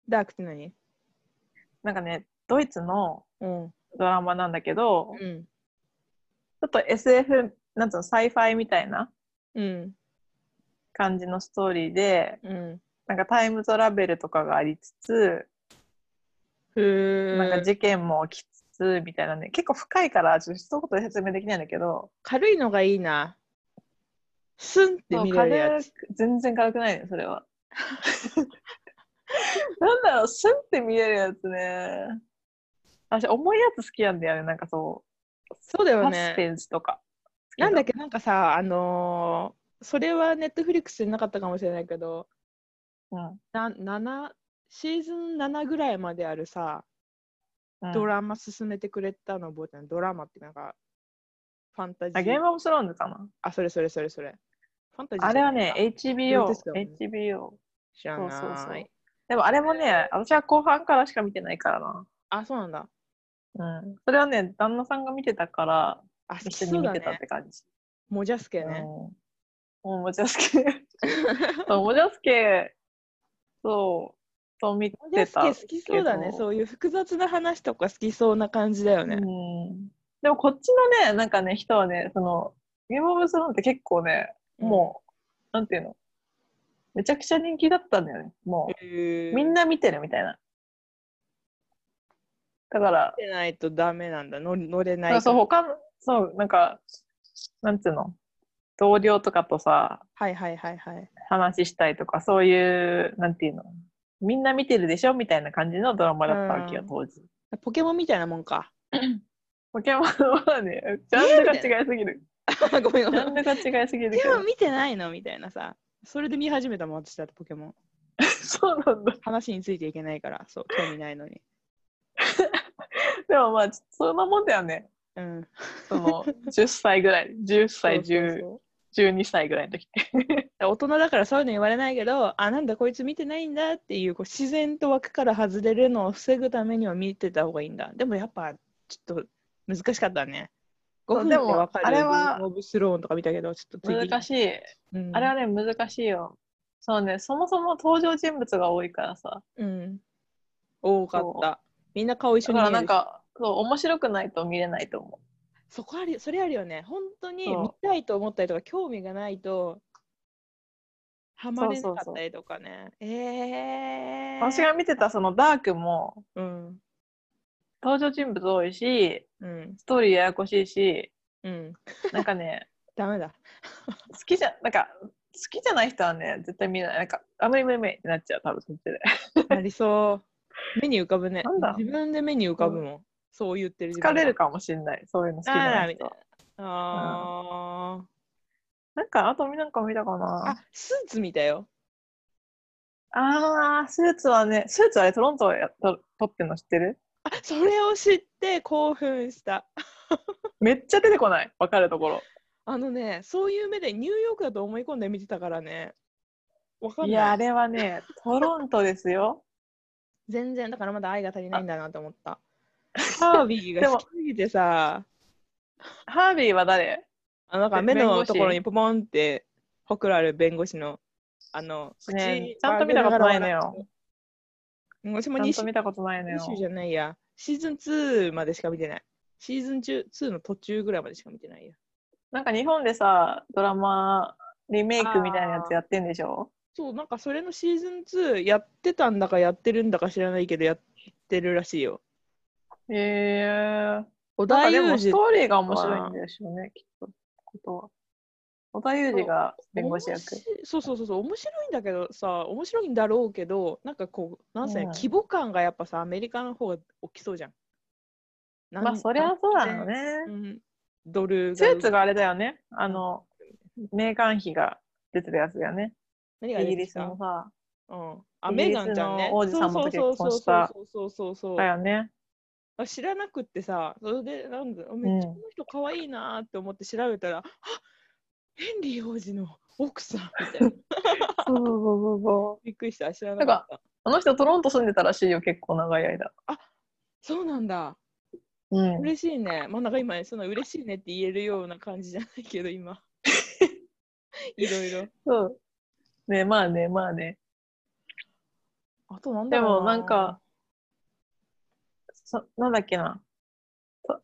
Speaker 1: ダークって何
Speaker 2: なんかね、ドイツの
Speaker 1: うん
Speaker 2: ドラマなんだけど、ち
Speaker 1: うん
Speaker 2: ょっと SF、なんつうの、サイファイみたいな
Speaker 1: うん
Speaker 2: 感じのストーリーで、
Speaker 1: うん
Speaker 2: なんかタイムトラベルとかがありつつ、
Speaker 1: へえ
Speaker 2: なんか事件も起きつつ、みたいなね、結構深いから、ちょっと一言で説明できないんだけど、
Speaker 1: 軽いのがいいな。スンって
Speaker 2: そう
Speaker 1: 見れるや
Speaker 2: 軽
Speaker 1: つ。
Speaker 2: く全然軽くないね、それ は。なんだろう、スンって見えるやつね。私、重いやつ好きなんだよね、なんかそう。
Speaker 1: そうだよ
Speaker 2: サス
Speaker 1: ね
Speaker 2: ペ。ンスとか。
Speaker 1: なんだっ
Speaker 2: け
Speaker 1: け、なんかさ、あのーそれはネットフリックスになかったかもしれないけど、
Speaker 2: うん。
Speaker 1: な7シーズン7ぐらいまであるさ、
Speaker 2: うん
Speaker 1: ドラマ進めてくれたの覚えてない。ドラマってなんか、ファンタジ
Speaker 2: あ、ゲー
Speaker 1: ー。
Speaker 2: ムオブスローンズかな
Speaker 1: あ、それそれそれそれ。ファンタジー
Speaker 2: あ
Speaker 1: じ
Speaker 2: れ
Speaker 1: ゃ
Speaker 2: は
Speaker 1: ない
Speaker 2: ね
Speaker 1: か、
Speaker 2: HBO
Speaker 1: ですよね、
Speaker 2: HBO。
Speaker 1: 知ら
Speaker 2: そうそうそ
Speaker 1: な
Speaker 2: う
Speaker 1: い。
Speaker 2: でもあれもね、私は後半からしか見てないから
Speaker 1: あ、そうなんだ。
Speaker 2: な。うん。それはね、旦那さんが見てたから、
Speaker 1: あ、好
Speaker 2: 一
Speaker 1: き
Speaker 2: 緒に
Speaker 1: そう
Speaker 2: 見
Speaker 1: だ
Speaker 2: てたっ
Speaker 1: ね。
Speaker 2: て感じ。
Speaker 1: モジャスケ
Speaker 2: うん。
Speaker 1: ね。
Speaker 2: もう、もじゃすけ。そう、もじゃすけ、そう、と見
Speaker 1: モジャ
Speaker 2: て
Speaker 1: ス
Speaker 2: たけど。
Speaker 1: ケ好きそうだね。そうういう複雑な話とか好きそうな感じだよね。
Speaker 2: ん。でもこっちのね、なんかね、人はね、その、ゲームオブスローンって結構ね、もう、なんていうの、めちゃくちゃ人気だったんだよね。もう。み
Speaker 1: み
Speaker 2: ん
Speaker 1: な
Speaker 2: な見てるみたいな。だから、
Speaker 1: 見てないとダメなんだ乗乗れ
Speaker 2: だ
Speaker 1: ないから
Speaker 2: からそう、他の、そう、なんか、なんつうの、同僚とかとさ、
Speaker 1: はいはいはいはい
Speaker 2: 話したりとか、そういう、なんていうの、みんな見てるでしょみたいな感じのドラマだったわけよ
Speaker 1: う、ん
Speaker 2: 当時。
Speaker 1: ポケモンみたいなもんか
Speaker 2: ポケモンはね、ジャンルが違いすぎる。
Speaker 1: ごめんごめん。
Speaker 2: なんでか違いすぎる
Speaker 1: で
Speaker 2: け
Speaker 1: も
Speaker 2: ど。
Speaker 1: 見てないのみたいなさ。それで見始めたもん、私だってポケモン。
Speaker 2: そうなんだ。
Speaker 1: 話についていけないから、そう、興味ないのに。
Speaker 2: でもまあ、そんなもんだよね。
Speaker 1: うん。
Speaker 2: その、10歳ぐらい、10
Speaker 1: そう
Speaker 2: 歳、
Speaker 1: そう
Speaker 2: 10
Speaker 1: そう
Speaker 2: 12歳ぐらいの時。
Speaker 1: 大人だからそういうの言われないけどあなんだこいつ見てないんだっていうこう自然と枠から外れるのを防ぐためには見てた方がいいんだでもやっぱちょっと難しかったね5
Speaker 2: そう
Speaker 1: 分
Speaker 2: で
Speaker 1: で
Speaker 2: も
Speaker 1: 分かる
Speaker 2: あれは
Speaker 1: ルームオブスローンとか見たけどちょっと次
Speaker 2: 難しい。
Speaker 1: うん
Speaker 2: あれはね、難しいよ。そうね、そもそも登場人物が多いからさ。
Speaker 1: うん多かっ
Speaker 2: そ
Speaker 1: たみんな顔一緒
Speaker 2: だ
Speaker 1: に見
Speaker 2: か
Speaker 1: え
Speaker 2: ら
Speaker 1: るし
Speaker 2: なんか、そう、面白くないと見れないと思
Speaker 1: そこあるそれあるよね本当に
Speaker 2: そう
Speaker 1: 見たいと思ったりとか興味がないとハマれなかったりとかねえ
Speaker 2: う。
Speaker 1: えー、
Speaker 2: 私が見てたそのダークも、
Speaker 1: うん
Speaker 2: 登場人物多いし、
Speaker 1: うん
Speaker 2: ストーリーややこしいし、
Speaker 1: うん
Speaker 2: なんかね、
Speaker 1: ダメだ
Speaker 2: 好きじゃ、なんか、好きじゃない人はね、絶対見れない。なんか、あ、無理無理無理ってなっちゃう、多分そっちで。
Speaker 1: なりそう。目に浮かぶね
Speaker 2: なんだ。
Speaker 1: 自分で目に浮かぶもん。そう言ってる自分が
Speaker 2: 疲れるかもしんない、そういうの好きじゃ
Speaker 1: あら
Speaker 2: ない
Speaker 1: みた
Speaker 2: 人
Speaker 1: い
Speaker 2: は。
Speaker 1: な。あ
Speaker 2: なんか、あとみなんか見たか
Speaker 1: ーあ
Speaker 2: な。。
Speaker 1: スーツ見たよ。
Speaker 2: あー、スーツはね、スーツあれトロントやと撮ってんの知ってる
Speaker 1: あそれを知って興奮した。
Speaker 2: めっちゃ出てこない、わかるところ。
Speaker 1: あのね、そういう目でニューヨークだと思い込んで見てたからね。わかんない。
Speaker 2: いや、あれはね、トロントですよ。
Speaker 1: 全然、だからまだ愛が足りないんだなと思った。ハービー
Speaker 2: で
Speaker 1: が
Speaker 2: も
Speaker 1: 好きすぎてさ、
Speaker 2: ハービーは誰
Speaker 1: あのなんか
Speaker 2: べ
Speaker 1: 目
Speaker 2: 弁護
Speaker 1: の
Speaker 2: 士
Speaker 1: ところにポポンってほくろある弁護士の、あの、
Speaker 2: ね
Speaker 1: 口
Speaker 2: ちゃんと見たことないのよ。
Speaker 1: 私も
Speaker 2: ちゃん
Speaker 1: 2
Speaker 2: と
Speaker 1: 週
Speaker 2: 見たことないの
Speaker 1: 2
Speaker 2: よ。
Speaker 1: 週じゃないや。シーズン2までしか見てない。シーズン中2の途中ぐらいまでしか見てないや。
Speaker 2: なんか日本でさ、ドラマリメイクみたいなやつやってんでしょ
Speaker 1: そう、なんかそれのシーズン2やってたんだかやってるんだか知らないけどやってるらしいよ。
Speaker 2: へえー。
Speaker 1: 小
Speaker 2: なん
Speaker 1: 田
Speaker 2: かで
Speaker 1: 裕
Speaker 2: もス
Speaker 1: 二
Speaker 2: トーリーが面白いんでしょうね、きっと。ことは。小田裕二が弁護士役。
Speaker 1: 面白いそうそうそうそう、面白いんだけどさ、面白いんだろうけど、なんかこう、なんせ、ね
Speaker 2: うん
Speaker 1: 規模感がやっぱさ、アメリカの方が大きそうじゃん。なん
Speaker 2: まあ、そりゃそうなのね。
Speaker 1: うんドル
Speaker 2: スーツ
Speaker 1: が
Speaker 2: があれだよね。あの、メーガン妃が出てるやつだよね。
Speaker 1: 何が
Speaker 2: イ
Speaker 1: 出
Speaker 2: ギ
Speaker 1: て
Speaker 2: リ
Speaker 1: き
Speaker 2: ス
Speaker 1: た
Speaker 2: のさ。
Speaker 1: うんあ、
Speaker 2: イギ
Speaker 1: メ
Speaker 2: リ
Speaker 1: ー
Speaker 2: ス
Speaker 1: ガンちゃんね。
Speaker 2: の王子様と結婚した
Speaker 1: そうそうそうそうそうそう
Speaker 2: だよね。
Speaker 1: あ知らなくってさ、それで、なんだ、あめっちゃ
Speaker 2: う
Speaker 1: こ
Speaker 2: ん
Speaker 1: の人可愛いなーって思って調べたら、あヘンリー王子の奥さんみたいな。
Speaker 2: そうそうそうそう。
Speaker 1: びっくりした、知らなかった。
Speaker 2: あの人、トロント住んでたらしいよ、結構長い間。
Speaker 1: そうなんだ。
Speaker 2: うん。
Speaker 1: 嬉しいね。まあ、なんか今、その嬉しいねって言えるような感じじゃないけど、今。 いろいろ。
Speaker 2: そう。ね、まあね、まあね。
Speaker 1: あと、なん
Speaker 2: で
Speaker 1: だろう
Speaker 2: も、なんか、、そなんだっけな。と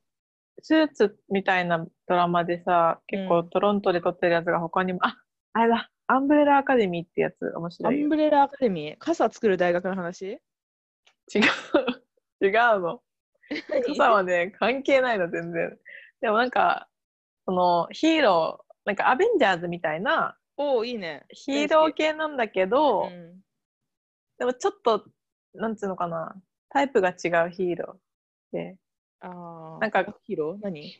Speaker 2: スーツみたいなドラマでさ、結構
Speaker 1: うん
Speaker 2: トロントで撮ってるやつが他にも、あ、あれだ、アンブレラアカデミーってやつ面
Speaker 1: ア
Speaker 2: 白い
Speaker 1: ン
Speaker 2: よ。
Speaker 1: ブレラアカデミー、傘作る大学の話
Speaker 2: 違う。違うの。傘はね、関係ないの、全然。でもなんか、そのヒーロー、なんかアベンジャーズみたいな
Speaker 1: おお、いいね。
Speaker 2: ヒーロー系なんだけど、
Speaker 1: うん
Speaker 2: でもちょっと、なんつうのかな、タイプが違うヒーローで、
Speaker 1: あ
Speaker 2: なんか
Speaker 1: ヒーロー何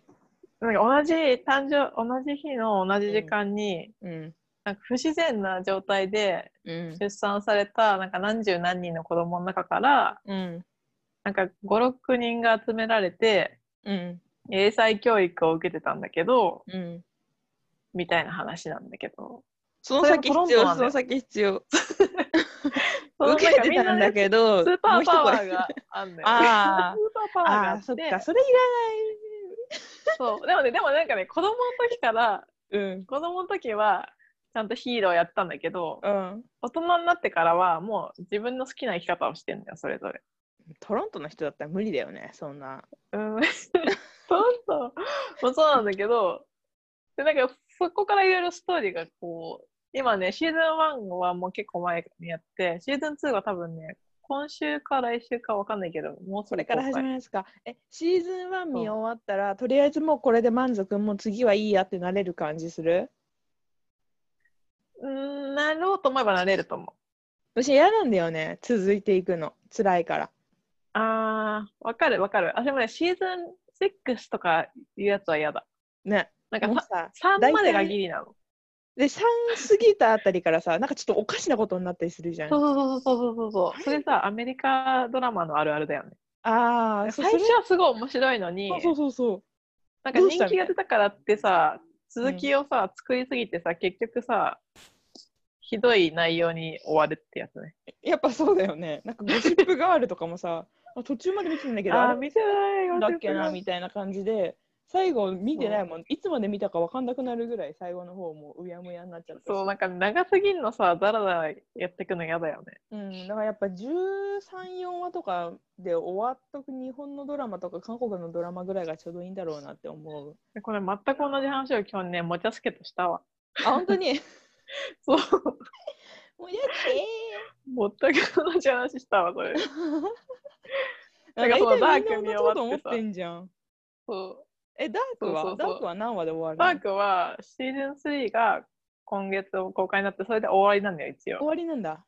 Speaker 2: なんか同じ誕生、同じ日の同じ時間に、
Speaker 1: うん。
Speaker 2: なんか不自然な状態で
Speaker 1: うん。
Speaker 2: 出産された、なんか何十何人の子供の中から、
Speaker 1: うん。
Speaker 2: なんか5、6人が集められて、
Speaker 1: うん。
Speaker 2: 英才教育を受けてたんだけど、
Speaker 1: うん。
Speaker 2: みたいな話なんだけど。
Speaker 1: その先
Speaker 2: それも
Speaker 1: 必
Speaker 2: トロントな
Speaker 1: 要、
Speaker 2: ん
Speaker 1: そ
Speaker 2: だよ
Speaker 1: の先必要。
Speaker 2: その
Speaker 1: 受けてたんだけど、
Speaker 2: なんかみんなねスーパーパワ
Speaker 1: もう
Speaker 2: ー
Speaker 1: 一声
Speaker 2: があんだよ。
Speaker 1: あー
Speaker 2: スーパーパワーがあ
Speaker 1: ああ、
Speaker 2: って。
Speaker 1: そっか、それい
Speaker 2: そう。でもね、でもなんかね、子供の時から、
Speaker 1: らない。
Speaker 2: 子供の時は、ちゃんとヒーローやったんだけど、
Speaker 1: うん。うん。
Speaker 2: 大人になってからは、もう自分の好きな生き方をしてんだよ、それぞれ。
Speaker 1: トロントの人だったら無理だよね、そんな。
Speaker 2: うん。そうそう。もうそうなんだけど、で、なんか、そこからいろいろストーリーがこう、今ね、シーズン1はもう結構前にやって、シーズン2が多分ね、今週か来週かわかんないけど、もうそ
Speaker 1: これから始め
Speaker 2: る。
Speaker 1: ますか。え、シーズン1見終わったら、とりあえずもうこれで満足、もう次はいいやってなれる感じする
Speaker 2: うん、なろうと思えばなれると思う。
Speaker 1: 私嫌なんだよね、続いていくの。辛いから。
Speaker 2: あー、わかるわかる。あ、でもね、シーズン6とかいうやつは嫌だ。
Speaker 1: ね。
Speaker 2: なん
Speaker 1: もう
Speaker 2: か
Speaker 1: さ
Speaker 2: さ3までが
Speaker 1: 大体
Speaker 2: ギリなの。
Speaker 1: で3過ぎたあたりからさなんかちょっとおかしなことになったりするじゃん。
Speaker 2: そ
Speaker 1: あ
Speaker 2: うそうそうそうそうそう。それさ、アメリカドラマのあるあるだよね。
Speaker 1: あーそ
Speaker 2: 最
Speaker 1: それ
Speaker 2: 初はすごい面白いのに、
Speaker 1: そうそうそう
Speaker 2: なんか
Speaker 1: どうし
Speaker 2: 人
Speaker 1: た
Speaker 2: 気が出たからってさ、続きをさ、作りすぎてさ、結局さ、ひどい内容に終わるってやつね。
Speaker 1: やっぱそうだよねなんかゴシップガールとかもさあ途中まで見てたんだけど
Speaker 2: あ
Speaker 1: あ
Speaker 2: ー、
Speaker 1: れ
Speaker 2: 見てない
Speaker 1: だっけな
Speaker 2: 見
Speaker 1: みたいな感じで最後見てないもんいつまで見たかわかんなくなるぐらい最後の方もうやむやになっちゃったし
Speaker 2: そう、なんか長すぎんのさ、だらだらやってくの嫌だよね。
Speaker 1: うん、だからやっぱ134話とかで終わっとく日本のドラマとか韓国のドラマぐらいがちょうどいいんだろうなって 思う。
Speaker 2: でこれ全く同じ話を去年、もちゃすけとしたわ。
Speaker 1: あ本当に
Speaker 2: そう、
Speaker 1: もうやっ
Speaker 2: 全く同じ話したわ、それ。
Speaker 1: てー
Speaker 2: なんかそ
Speaker 1: 大体
Speaker 2: のダー
Speaker 1: みん
Speaker 2: ク見
Speaker 1: な同じこと
Speaker 2: 終わ
Speaker 1: 思
Speaker 2: っ
Speaker 1: って
Speaker 2: さ
Speaker 1: てんじゃん。
Speaker 2: そう
Speaker 1: え、ダークは
Speaker 2: そうそうそう
Speaker 1: ダークは何話で終わ
Speaker 2: ダー
Speaker 1: るの
Speaker 2: クはシーズン3が今月公開になって、それで終わりなんだよ、一応
Speaker 1: 終。わりなんだ。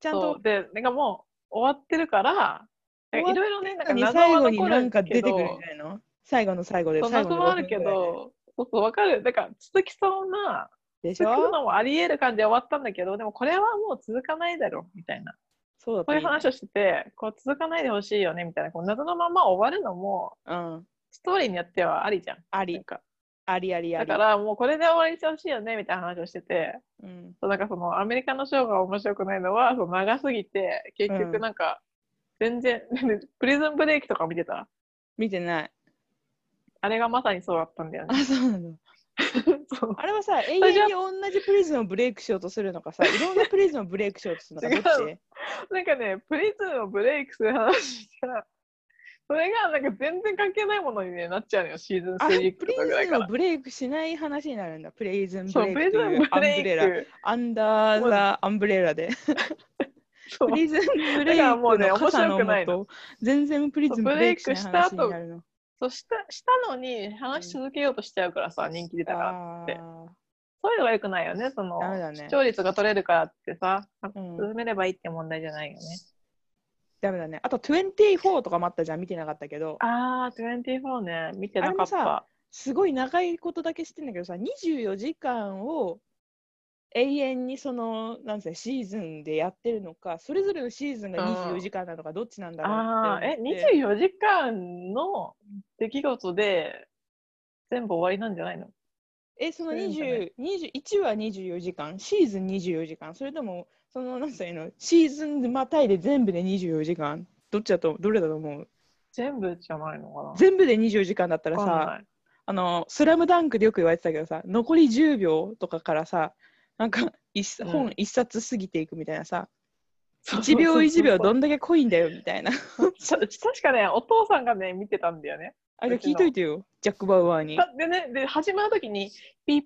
Speaker 1: ちゃん
Speaker 2: そ
Speaker 1: と
Speaker 2: うで、なんかもう終わってるから、
Speaker 1: 終
Speaker 2: い
Speaker 1: わっ
Speaker 2: ろいろね、なんか
Speaker 1: に
Speaker 2: 謎
Speaker 1: 最
Speaker 2: は
Speaker 1: 後に
Speaker 2: 残
Speaker 1: な
Speaker 2: る
Speaker 1: ん
Speaker 2: ん
Speaker 1: か
Speaker 2: だけ
Speaker 1: 出てくるんじ
Speaker 2: ど、
Speaker 1: ゃないの最後の最後で
Speaker 2: そう
Speaker 1: 最後
Speaker 2: 謎
Speaker 1: の
Speaker 2: はあるけ
Speaker 1: 五分ぐらい
Speaker 2: ど、そうそう、わかる。だから続きそうな、
Speaker 1: ででし
Speaker 2: 続く
Speaker 1: ょ
Speaker 2: のもあり得る感じで終わったんだけど、でもこれはもう続かないだろ、みたいな。
Speaker 1: そうだった
Speaker 2: そういう
Speaker 1: ね
Speaker 2: 話をしてて、こう続かないでほしいよね、みたいな。こう謎のまま終わるのも、
Speaker 1: うん。
Speaker 2: ストーリーによってはありじゃん。
Speaker 1: あ
Speaker 2: な
Speaker 1: り
Speaker 2: んか
Speaker 1: ありありあ
Speaker 2: だ
Speaker 1: り。
Speaker 2: からもうこれで終わりにしてほしいよね、みたいな話をしてて。
Speaker 1: うん、
Speaker 2: そうなんかそのアメリカのショーが面白くないのはそう長すぎて結
Speaker 1: う
Speaker 2: 局
Speaker 1: ん
Speaker 2: なんか全然、 プリズンブレイクとか見てた
Speaker 1: 見てない。
Speaker 2: あれがまさにそうだったんだよ
Speaker 1: あ
Speaker 2: ね。
Speaker 1: そうなんだ。
Speaker 2: そう
Speaker 1: あれはさ、永
Speaker 2: は
Speaker 1: 遠に同じプリズンをブレイクしようとするのか さ、いろんなプリズンをブレイクしようとするのか、どっ
Speaker 2: 違
Speaker 1: ち
Speaker 2: なんかねプリズンをブレイクする話がそれがなんか全然関係ないものに、ね、なっちゃうのよシーズン
Speaker 1: あ、プリ
Speaker 2: 3とかぐらい
Speaker 1: ズ
Speaker 2: か
Speaker 1: ンを
Speaker 2: ら。
Speaker 1: ブレイクしない話になるんだ。プリズンブ
Speaker 2: そう
Speaker 1: レイ
Speaker 2: プ
Speaker 1: ク
Speaker 2: リ
Speaker 1: と
Speaker 2: ズン
Speaker 1: いうア
Speaker 2: ブ
Speaker 1: ンブレ
Speaker 2: レイ
Speaker 1: ラ。
Speaker 2: ク
Speaker 1: アンダーザアンブレラで。
Speaker 2: そう
Speaker 1: プリズンブレイ
Speaker 2: だから
Speaker 1: ク
Speaker 2: もうね
Speaker 1: の傘の
Speaker 2: 面白くない
Speaker 1: もと、全然プリズンブレイクしない話になるの。
Speaker 2: そうしたしたのに話し続けようとしちゃうからさ人気出たから
Speaker 1: あ
Speaker 2: てそういうのが良くないよねその
Speaker 1: ダメだね
Speaker 2: 視聴率が取れるからってさ
Speaker 1: ーうん
Speaker 2: 進めればいいって問題じゃないよね。
Speaker 1: ダメだね。あと24とかもあったじゃん、見てなかったけど、
Speaker 2: ああ、24ね、見てなかっ
Speaker 1: あれも
Speaker 2: た。
Speaker 1: すごい長いことだけ知ってんだけどさ、24時間を永遠にその、なんせシーズンでやってるのか、それぞれのシーズンが
Speaker 2: う
Speaker 1: 24
Speaker 2: ん
Speaker 1: 時間なのか、どっちなんだろう
Speaker 2: ああ、
Speaker 1: って
Speaker 2: え、
Speaker 1: 思って。
Speaker 2: 24時間の出来事で全部終わりなんじゃないの
Speaker 1: え、その
Speaker 2: そういうんじゃない
Speaker 1: 20 21は24時間、シーズン24時間、それとも、その、なんせいうの、シーズンまたいで全部で24時間、どっちだと、どれだと思う
Speaker 2: 全部じゃないのかな
Speaker 1: 全部で24時間だったら
Speaker 2: わかん
Speaker 1: さ、
Speaker 2: ない
Speaker 1: あの、スラムダンクでよく言われてたけどさ、残り10秒とかからさ、なんか一、
Speaker 2: うん
Speaker 1: 本一冊過ぎていくみたいなさ、
Speaker 2: そうそ
Speaker 1: 1
Speaker 2: うそう
Speaker 1: 秒
Speaker 2: そう
Speaker 1: 1秒どんだけ濃いんだよみたい な。
Speaker 2: た確かね、お父さんがね、見てたんだよね。
Speaker 1: あれ聞いといてよ、ジャック・バウアーに。
Speaker 2: たでね、で、始まるときに、ピッ、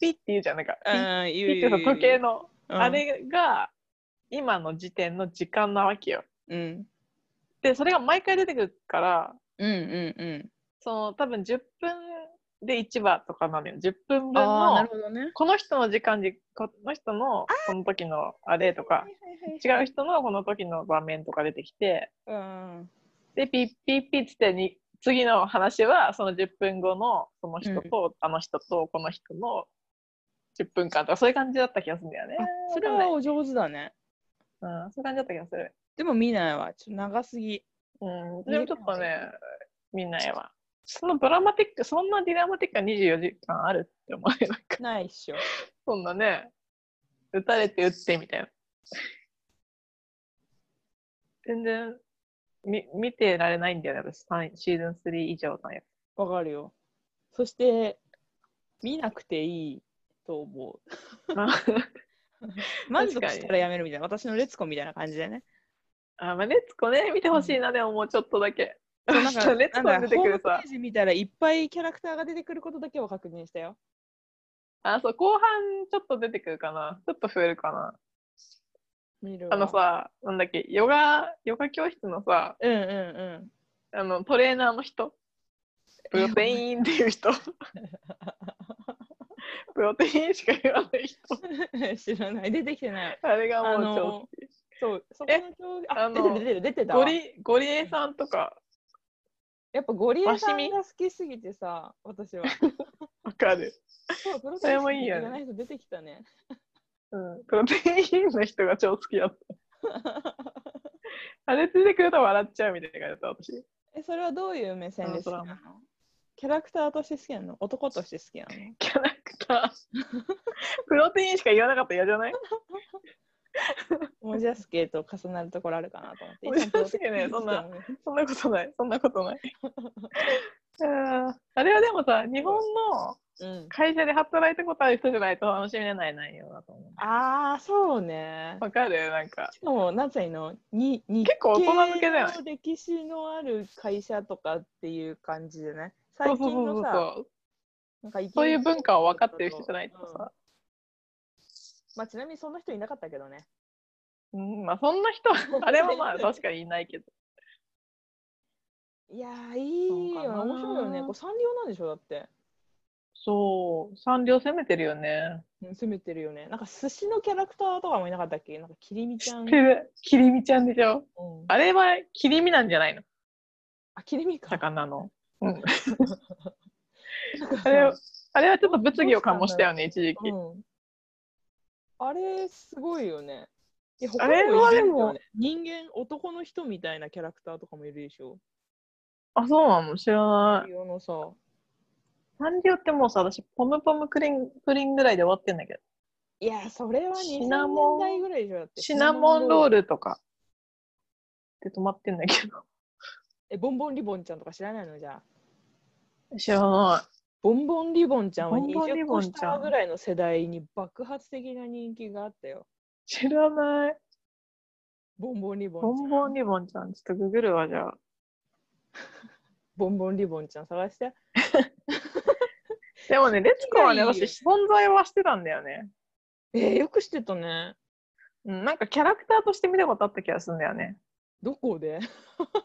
Speaker 2: ピッって言うじゃん、なんか、ピッ、
Speaker 1: あ
Speaker 2: ピッってさ、時計
Speaker 1: の、
Speaker 2: の、
Speaker 1: うん
Speaker 2: あれが、今の時点の時間なわけよ。
Speaker 1: うん。
Speaker 2: で、それが毎回出てくるから、
Speaker 1: うんうんうん。
Speaker 2: その多分10分で1話とかなのよ10分分
Speaker 1: ああ、なる
Speaker 2: の
Speaker 1: ほどね。
Speaker 2: この人の時間でこの人のこの時のあれとか違う人のこの時の場面とか出てきて
Speaker 1: うん。
Speaker 2: でピッピッピッつってに次の話はその10分後のその人と、あの人とこの人の10分間とかそういう感じだった気がするんだよね
Speaker 1: あ。それ
Speaker 2: わか
Speaker 1: は
Speaker 2: ん
Speaker 1: お上手だね。
Speaker 2: ない、うん、そういう感じだった気がする。
Speaker 1: でも見ないわ。ちょっと長すぎ。
Speaker 2: うん、でもちょっとねみんなやわ。そのドラマティックそんなディラマティックな24時間あるって思えなくて
Speaker 1: ないっしょ。
Speaker 2: そんなね、打たれて打ってみたいな。全然み見てられないんだよね、私、三シーズン3以上のや つ。
Speaker 1: わかるよ。そして、見なくていいと思う。
Speaker 2: まあ、
Speaker 1: 満足したらやめるみたいな、私のレツコみたいな感じで ね。
Speaker 2: あまあレッツコね、見てほしいな、でももうちょっとだけ。
Speaker 1: そうなんか
Speaker 2: レッツコ
Speaker 1: な
Speaker 2: に出てくる
Speaker 1: んだホーム
Speaker 2: さ
Speaker 1: ペー。ジ見たらいっぱいキャラクターが出てくることだけを確認したよ。
Speaker 2: あ、そう、後半ちょっと出てくるかな。ちょっと増えるかな。
Speaker 1: 見るわ
Speaker 2: あのさ、なんだっけ、ヨガ、ヨガ教室のさ、
Speaker 1: うんうんうん。
Speaker 2: あの、トレーナーの人。プロテインっていう 人。プロテインしか言わない 人。
Speaker 1: 知らない。出てきてない。
Speaker 2: あれがもうちょっ
Speaker 1: あ
Speaker 2: と
Speaker 1: の。そう、そこ
Speaker 2: え
Speaker 1: の競技。あ、
Speaker 2: あ
Speaker 1: 出て
Speaker 2: の
Speaker 1: る出てる出てた
Speaker 2: ゴ
Speaker 1: わ。
Speaker 2: リゴリエさんとか、
Speaker 1: やっぱゴリエさ
Speaker 2: マシ
Speaker 1: ん
Speaker 2: ミ
Speaker 1: が好きすぎてさ、私は。
Speaker 2: わかる。
Speaker 1: そう、プロ
Speaker 2: そ
Speaker 1: テイ
Speaker 2: れ
Speaker 1: ン
Speaker 2: もいいよね
Speaker 1: じゃない人出てきたね。
Speaker 2: うん。プロテインの人が超好きだった。あれ出てくると笑っちゃうみたいな感じだった、私。
Speaker 1: え、それはどういう目線で好きな
Speaker 2: あ
Speaker 1: のキャラクターとして好きなの男として好きなの
Speaker 2: キャラクター。 プロテインしか言わなかったら嫌じゃない
Speaker 1: モジャスケと重なるところあるかなと思って。
Speaker 2: モジャスケねそんな。そんなことない、そんなこ とない。あーあれはでもさ、日本の
Speaker 1: うん。
Speaker 2: 会社で働いたことある人じゃないと楽しめない内容だと思う。
Speaker 1: ああ、そうね。
Speaker 2: わかるなんか、
Speaker 1: しかも、なんつうの、に、に。
Speaker 2: 結構大人向けだよね。
Speaker 1: の歴史のある会社とかっていう感じでね。
Speaker 2: そ
Speaker 1: 最
Speaker 2: うそう
Speaker 1: 近
Speaker 2: そう
Speaker 1: のさ、
Speaker 2: そう。
Speaker 1: なんかイギリス
Speaker 2: そういう文化を分かってる人じゃないとさ、
Speaker 1: まあ、ちなみにそんな人いなかったけどね。
Speaker 2: うん、まあそんな 人は、あれはまあ確かにいないけど。
Speaker 1: いやー、いいよね。
Speaker 2: そうかな
Speaker 1: 面白いよね。こうサンリオなんでしょ、だって。
Speaker 2: そう、三両攻めてるよね。
Speaker 1: うん攻めてるよね。なんか寿司のキャラクターとかもいなかったっけなんかキリミち
Speaker 2: 知
Speaker 1: ゃ
Speaker 2: っ
Speaker 1: ん。
Speaker 2: てる。キリミちゃんでしょ。
Speaker 1: うん
Speaker 2: あれはキリミなんじゃないの
Speaker 1: あ、キリミか。
Speaker 2: 魚の。 うん、
Speaker 1: なんかさ
Speaker 2: あれはあれはちょっと物議を醸したよね、一時期。
Speaker 1: うん、あれすごいよね。いや
Speaker 2: あ
Speaker 1: 他に
Speaker 2: れ
Speaker 1: もいる
Speaker 2: あれ
Speaker 1: よ
Speaker 2: も
Speaker 1: ね人間男の人みたいなキャラクターとかもいるでしょ。
Speaker 2: あ、そうなの知らない。
Speaker 1: 世のさ
Speaker 2: サンリオってもうさ、私、ポムポムクリンプリンぐらいで終わってんだけど。
Speaker 1: いやそれは
Speaker 2: シ
Speaker 1: 2000
Speaker 2: ナモ
Speaker 1: 年
Speaker 2: ン
Speaker 1: 代ぐらいでしょだって。
Speaker 2: シナモンロー
Speaker 1: ル。
Speaker 2: ルとかで止まってんだ けど。
Speaker 1: えボンボンリボンちゃんとか知らないのじゃあ。
Speaker 2: 知らな
Speaker 1: ボンボンリボンちゃんは
Speaker 2: ボンボンリ
Speaker 1: 20
Speaker 2: ボ
Speaker 1: 個
Speaker 2: ンちゃ
Speaker 1: 下
Speaker 2: ん
Speaker 1: ぐらいの世代に爆発的な人気があったよ。
Speaker 2: い。知らない。
Speaker 1: ボンボンリボンちゃ
Speaker 2: ボ
Speaker 1: ん。
Speaker 2: ンボンリボンちゃん、ちょっとググるわ、じゃあ。
Speaker 1: ボンボンリボンちゃん探して。
Speaker 2: でもね、レツコはね、
Speaker 1: いいよ
Speaker 2: 私、存在はしてたんだよね。
Speaker 1: えーよく知ってたね。
Speaker 2: うん、なんかキャラクターとして見たことあった気がするんだよね。
Speaker 1: どこで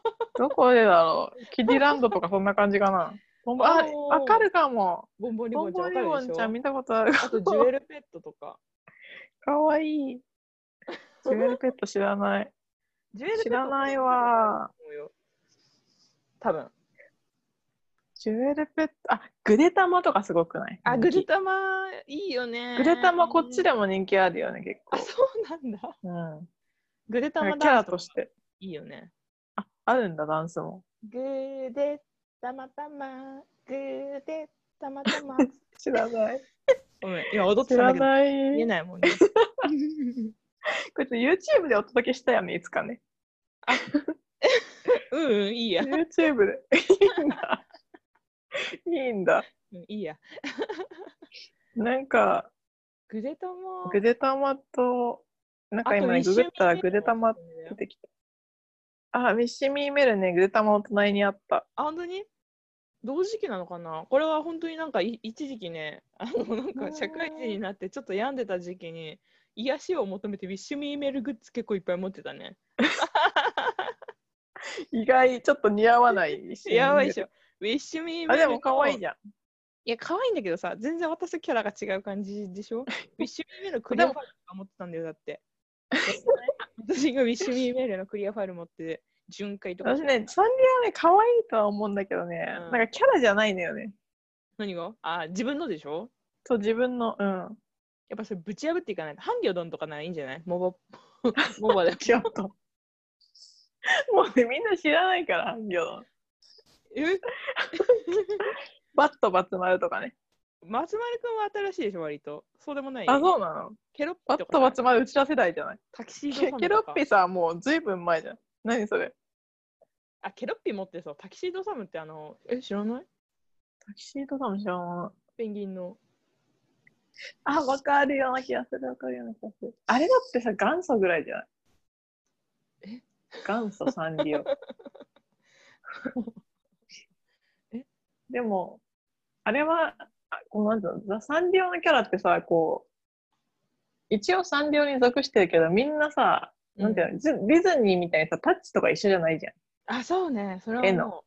Speaker 2: どこでだろう。キディランドとかそんな感じかな。ボンボンあ、
Speaker 1: おー
Speaker 2: わかるかも。
Speaker 1: ボンボンリ
Speaker 2: ボ
Speaker 1: ボ
Speaker 2: ン
Speaker 1: ンちゃん
Speaker 2: ボ
Speaker 1: わか
Speaker 2: ン
Speaker 1: るで
Speaker 2: リボ
Speaker 1: し
Speaker 2: ン
Speaker 1: ょ
Speaker 2: ちゃん見たことある。
Speaker 1: あとジュエルペットとか。
Speaker 2: かわいい。ジュエルペット知らない。
Speaker 1: ジュエル
Speaker 2: 知らないわ。
Speaker 1: 多分。
Speaker 2: ジュエルペット、あ、グレタマとかすごくない
Speaker 1: あ、
Speaker 2: 人
Speaker 1: グ
Speaker 2: 気
Speaker 1: ルタマいいよね。
Speaker 2: グレタマこっち
Speaker 1: だ。
Speaker 2: でも人気あるよね、結
Speaker 1: あ、
Speaker 2: 構。
Speaker 1: そうなんだ。
Speaker 2: うん。
Speaker 1: グレタ
Speaker 2: なん
Speaker 1: マ
Speaker 2: かキャ
Speaker 1: ダン
Speaker 2: ラ
Speaker 1: ス
Speaker 2: として。
Speaker 1: いいよね。
Speaker 2: あ、あるんだ、ダンスも。
Speaker 1: グレタマたま、グレタマたま。
Speaker 2: 知らない。
Speaker 1: ごめん、今踊って
Speaker 2: 知
Speaker 1: たん
Speaker 2: ら
Speaker 1: だけど
Speaker 2: な
Speaker 1: 見え
Speaker 2: い。
Speaker 1: ないもんね。
Speaker 2: こいつ YouTube でお届けしたよね、いつかね。
Speaker 1: うんうん、いいや。
Speaker 2: YouTube で。いいんだ。いいんだ。
Speaker 1: うんいいや。
Speaker 2: なんか、
Speaker 1: グレタマ。
Speaker 2: グレタマと、なんか今ね、
Speaker 1: あと
Speaker 2: グ
Speaker 1: 一
Speaker 2: グ
Speaker 1: 周
Speaker 2: ったらグレタマ出てきた。あ、ミッシーミーメルね、グレタマの隣にあった。
Speaker 1: あ、本当に同時期なのかなこれは本当になんかい一時期ね、あのなん
Speaker 2: うー
Speaker 1: か
Speaker 2: ん
Speaker 1: 社会人になってちょっと病んでた時期に癒しを求めてウィッシュミーメールグッズ結構いっぱい持ってたね。
Speaker 2: 意外、ちょっと似合わないミッシーミーメル。
Speaker 1: やばいでしょ。ウィッシュミーメール
Speaker 2: あ、でも可愛い
Speaker 1: い
Speaker 2: じゃん。
Speaker 1: や、可愛いんだけどさ、全然私とキャラが違う感じでし ょウィッシュミーメールのクリアファイルとか持ってたんだよ、だって。私がウィッシュミーメールのクリアファイル持って巡回とか
Speaker 2: 私。ね、サンリオはね、可愛いとは思うんだけどね、
Speaker 1: うん
Speaker 2: なんかキャラじゃないのよね。
Speaker 1: 何があ、自分のでしょ
Speaker 2: そう、自分の、うん。
Speaker 1: やっぱそれぶち破っていかないと。ハンギョドンとかならいいんじゃないモバ、モバだけ
Speaker 2: ちょっと。もうね、みんな知らないから、ハンギョドン
Speaker 1: え
Speaker 2: バットバツ丸とかね。
Speaker 1: 松丸くんは新しいでしょ、割と。そうでもない。
Speaker 2: あ、そうなの
Speaker 1: ケロッ
Speaker 2: バ
Speaker 1: ピ
Speaker 2: ッ
Speaker 1: と
Speaker 2: ト
Speaker 1: か。
Speaker 2: バツ丸、うちら世代じゃない。
Speaker 1: タキシード
Speaker 2: ケ
Speaker 1: サンダ
Speaker 2: ケ
Speaker 1: ーと
Speaker 2: ロ
Speaker 1: か
Speaker 2: ッピさ、もうずいぶん前じゃん。何それ
Speaker 1: あ、ケロッピ持ってそう。タキシードサムってあの、え、知らない
Speaker 2: タキシードかもしれない。
Speaker 1: ペンギンの。
Speaker 2: あ、わかるような気がする、わかるような気がする。あれだってさ、元祖ぐらいじゃない
Speaker 1: え。
Speaker 2: 元祖サンリ オ
Speaker 1: え
Speaker 2: でも、あれは、あこうなんていうの、ザサンリオのキャラってさ、こう、一応サンリオに属してるけど、みんなさ、なんていうの、ディズニーみたいにさ、タッチとか一緒じゃないじゃん。
Speaker 1: あ、そうね。それは
Speaker 2: 絵
Speaker 1: も
Speaker 2: の
Speaker 1: う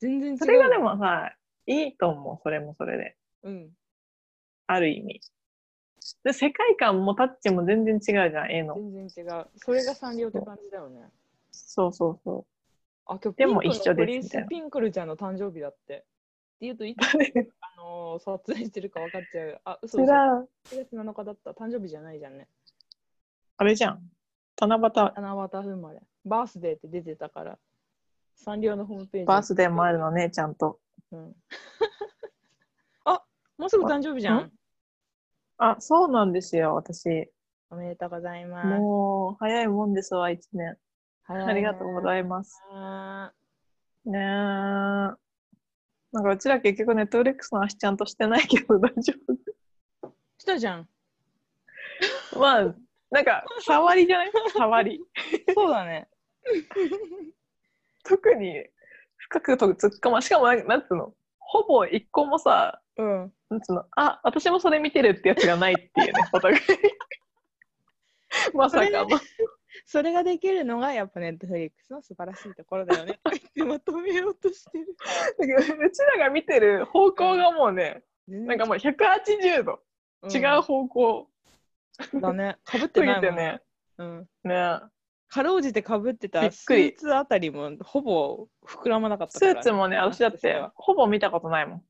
Speaker 1: 全然違う。
Speaker 2: それがでもさ、いいと思う、それもそれで。
Speaker 1: うん。
Speaker 2: ある意味。で、世界観もタッチも全然違うじゃん、絵の。
Speaker 1: 全然違う。それがサンリオって感じだよね。
Speaker 2: そうそうそう。
Speaker 1: あ、今日
Speaker 2: でも
Speaker 1: ピンクの
Speaker 2: 一緒で
Speaker 1: プ
Speaker 2: す
Speaker 1: リン
Speaker 2: みたい
Speaker 1: ス
Speaker 2: な
Speaker 1: ピンクルちゃんの誕生日だって。っていうといつあのー撮影してるか分かっちゃうあ嘘
Speaker 2: 違
Speaker 1: 嘘1
Speaker 2: う。
Speaker 1: 月7日だった誕生日じゃないじゃんね
Speaker 2: あれじゃん。七夕、
Speaker 1: 七夕生まれバースデーって出てたからサンリオのホームページ
Speaker 2: バースデーもあるのね、ちゃんと。
Speaker 1: うん、あもうすぐ誕生日じゃ
Speaker 2: あ
Speaker 1: ん。
Speaker 2: あ、そうなんですよ、私。
Speaker 1: おめでとうございます。
Speaker 2: もう、早いもんですわ、一年。ありがとうご
Speaker 1: い
Speaker 2: ざいます。
Speaker 1: ま
Speaker 2: ねえ。なんか、うちら結局、ネットフリックスの足ちゃんとしてないけど、大丈
Speaker 1: す。したじゃん。
Speaker 2: 夫。まあ、なんか、触りじゃない触り。
Speaker 1: そうだね。
Speaker 2: 特に、深くと突っ込ま、しかもなん、なんつうの、ほぼ一個もさ、
Speaker 1: うん。
Speaker 2: なんつうの、あ、私もそれ見てるってやつがないっていうね、お互い。まさかの。
Speaker 1: それができるのがやっぱネットフリックスの素晴らしいところだよ ね。ってまとめようとしてる。
Speaker 2: だけどうちらが見てる方向がもうね、
Speaker 1: 全
Speaker 2: な
Speaker 1: 然
Speaker 2: んかもう180度違う方向
Speaker 1: うんだね。かぶっ
Speaker 2: す
Speaker 1: て
Speaker 2: ぎ
Speaker 1: ない
Speaker 2: て
Speaker 1: もん。
Speaker 2: ね。
Speaker 1: うん。
Speaker 2: ね
Speaker 1: かろうじてかぶって
Speaker 2: び
Speaker 1: た
Speaker 2: っ
Speaker 1: ス
Speaker 2: くり
Speaker 1: ーツあたりもほぼ膨らまなかった
Speaker 2: ス
Speaker 1: から、
Speaker 2: ーツもね、私だってほぼ見たことないもん。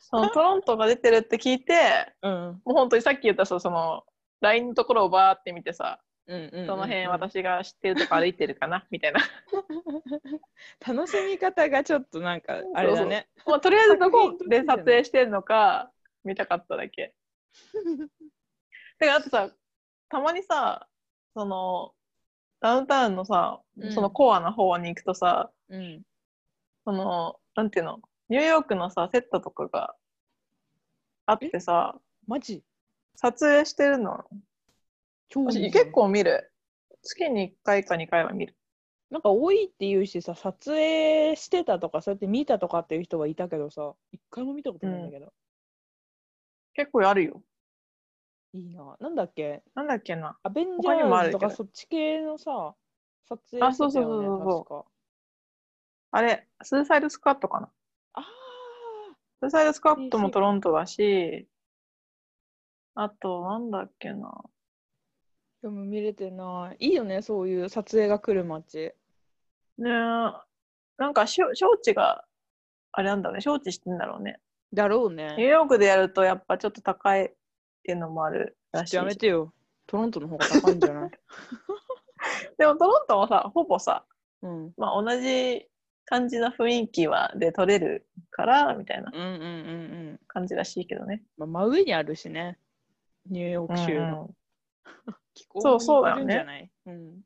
Speaker 2: そのトロントが出てるって聞いて、
Speaker 1: うん。
Speaker 2: もう本当にさっき言ったさ、その LINE のところをバーって見てさ、
Speaker 1: うんうんうんうん、
Speaker 2: その辺私が知ってるとか歩いてるかな みたいな。
Speaker 1: 楽しみ方がちょっとなんかあれだね
Speaker 2: まあ、とりあえずどこで撮影してんのか見たかっただ け。だからあとさたまにさそのダウンタウンのさ、
Speaker 1: うん
Speaker 2: そのコアな方に行くとさ
Speaker 1: うん
Speaker 2: そのなんていうのニューヨークのさセットとかがあってさ
Speaker 1: マジ
Speaker 2: 撮影してるの
Speaker 1: 超い
Speaker 2: 私
Speaker 1: いじゃん
Speaker 2: 結構見る月に1回か2回は見る
Speaker 1: なんか多いって言うしさ撮影してたとかそうやって見たとかっていう人はいたけどさ一回も見たことないんだけど、
Speaker 2: 結構あるよ
Speaker 1: いいななんだっけ
Speaker 2: なんだっけな
Speaker 1: アベンジ
Speaker 2: 他にも
Speaker 1: ャ
Speaker 2: あ
Speaker 1: ーズ
Speaker 2: るけ
Speaker 1: とか
Speaker 2: ど
Speaker 1: そっち系のさ撮影してたよ、ね、
Speaker 2: あそうそうそうそうそう
Speaker 1: 確か
Speaker 2: あれスーサイドスカットかな
Speaker 1: あ
Speaker 2: スーサイドスカットもトロントだしあとなんだっけな
Speaker 1: ーでも見れてないいいよねそういう撮影が来る街
Speaker 2: ねえ、なんかしょ招致が、あれなんだろうね、招致してんだろうね。
Speaker 1: だろう
Speaker 2: ニュー
Speaker 1: ね
Speaker 2: ヨークでやるとやっぱちょっと高いっていうのもあるらしいし。
Speaker 1: やめてよトロントの方が高いんじゃ ない
Speaker 2: でもトロントもさ、ほぼさ、
Speaker 1: うん
Speaker 2: まあ同じ感じの雰囲気はで撮れるから、みたいな
Speaker 1: うんうんうんうん、
Speaker 2: 感じらしいけどね。
Speaker 1: まあ、真上にあるしねニューヨーク州
Speaker 2: うん
Speaker 1: の
Speaker 2: うん
Speaker 1: 気候
Speaker 2: そう
Speaker 1: も
Speaker 2: そうだ
Speaker 1: 似て
Speaker 2: よ
Speaker 1: る
Speaker 2: ね
Speaker 1: んじゃない、うん、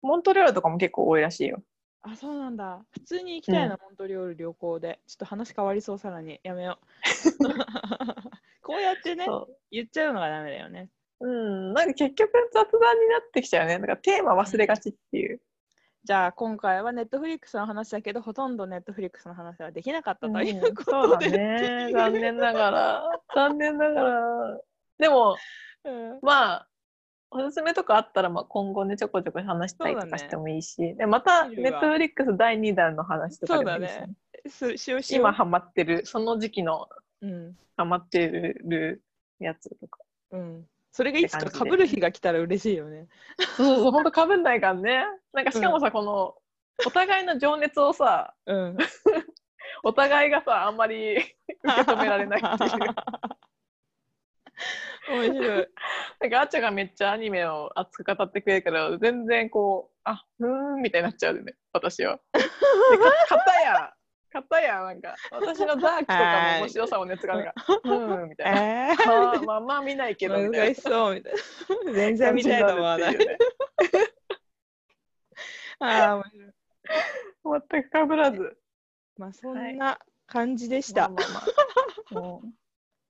Speaker 2: モントリオールとかも結構多いらしいよ。
Speaker 1: あそうなんだ普通に行きたいな、
Speaker 2: う
Speaker 1: モントリオール旅行でちょっと話変わりそうさらにやめよ うこうやってね
Speaker 2: そ
Speaker 1: 言っちゃうのがダメだよね
Speaker 2: う。うん、なんか結局雑談になってきちゃうね。なんかテーマ忘れがちっていう。
Speaker 1: じゃあ今回はネットフリックスの話だけどほとんどネットフリックスの話はできなかったといううんこ
Speaker 2: そう
Speaker 1: と
Speaker 2: だ
Speaker 1: で、
Speaker 2: ね。残念ながら。残念ながら。でも、
Speaker 1: うん
Speaker 2: まあ、おすすめとかあったら、まあ、今後ね、ちょこちょこ話したりと
Speaker 1: そうだ
Speaker 2: か
Speaker 1: ね
Speaker 2: してもいいし、でまた、
Speaker 1: 見
Speaker 2: ネ
Speaker 1: る
Speaker 2: ッ
Speaker 1: わ
Speaker 2: トフリックス第2弾の話とかでもいいしね、
Speaker 1: そうだねすしようしよう
Speaker 2: 今ハマってる、その時期の
Speaker 1: うん
Speaker 2: ハマってるやつとか。
Speaker 1: うん、それがいつかかぶる日が来たら嬉しいよね
Speaker 2: そうそうそう、ほんとかぶんないからね。なんか、しかもさ、この、お互いの情熱をさ、
Speaker 1: うん
Speaker 2: お互いがさ、あんまり 受け止められないっていう。
Speaker 1: 面白い
Speaker 2: なんか、あっちゃんがめっちゃアニメを熱く語ってくれるから、全然こう、あ、うーんみたいになっちゃうよね、私は。でか 片や、片や、なんか、私のダークとか
Speaker 1: は
Speaker 2: の
Speaker 1: い
Speaker 2: 面白さも熱がなんか、うーんみたいな。
Speaker 1: え ー
Speaker 2: まあ、まあ、まあ見ないけど、みた
Speaker 1: 難
Speaker 2: いな
Speaker 1: し。そうみたいな。全然見たいと思わない。ああ、面白い
Speaker 2: 全くかぶらず。
Speaker 1: まあそんな感じでし
Speaker 2: まあ
Speaker 1: た。
Speaker 2: まあまあ。うん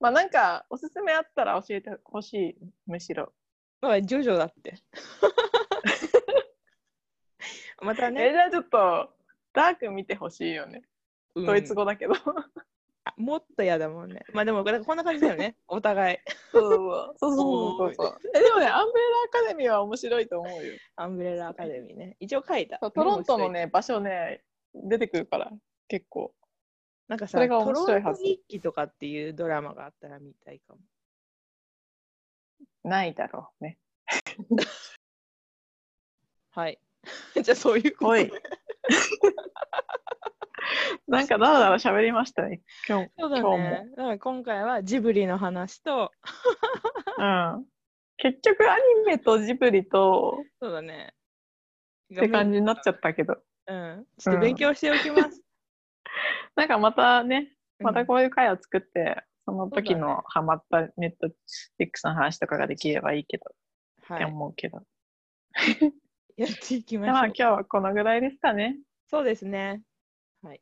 Speaker 2: まあなんかおすすめあったら教えてほしいむしろ、
Speaker 1: まあ、ジョジョだって。 また
Speaker 2: え
Speaker 1: ね、
Speaker 2: じゃあちょっとダーク見てほしいよね、
Speaker 1: うん
Speaker 2: ドイツ語だけどそう
Speaker 1: あもっと嫌だもんね。まあでもこれこんな感じだよ ね、お互い。
Speaker 2: そうそうそうそうそうえでもねアンブレラアカデミーは面白いと思うよ
Speaker 1: アンブレラアカデミーね。一応書いた。
Speaker 2: そうトロントの
Speaker 1: メモしといて。
Speaker 2: ね場所ね出てくるから結構
Speaker 1: なんかさ、
Speaker 2: それが面白いは
Speaker 1: トロント
Speaker 2: ず
Speaker 1: 日記とかっていうドラマがあったら見たいかも。
Speaker 2: ないだろうね
Speaker 1: はい。じゃあそういうこと
Speaker 2: お
Speaker 1: で
Speaker 2: い なんかだらだら喋りましたね。今 日
Speaker 1: そうだ
Speaker 2: 今日も
Speaker 1: ね。だから今回はジブリの話と、
Speaker 2: うん。結局アニメとジブリと
Speaker 1: そうだね。
Speaker 2: って感じになっちゃったけど、
Speaker 1: うん。ちょっと勉強しておきます。
Speaker 2: なんかまたね、ま
Speaker 1: う
Speaker 2: た
Speaker 1: ん
Speaker 2: こういう回を作って、その時
Speaker 1: そうだね
Speaker 2: のハマったネットフリックスの話とかができればいいけど、っ
Speaker 1: は
Speaker 2: て
Speaker 1: い。
Speaker 2: 思うけど。
Speaker 1: やっていきま
Speaker 2: でま
Speaker 1: しょ
Speaker 2: あ
Speaker 1: う
Speaker 2: 今。日はこのぐらいですかね。
Speaker 1: そうですね。
Speaker 2: はい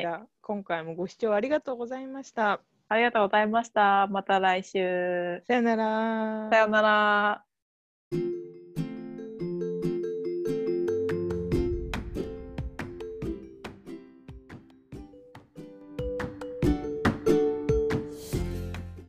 Speaker 1: じ。ゃあ今回もご視聴ありがとうございました。
Speaker 2: ありがとうございました。また来週。
Speaker 1: さよなら
Speaker 2: さ。ようなら。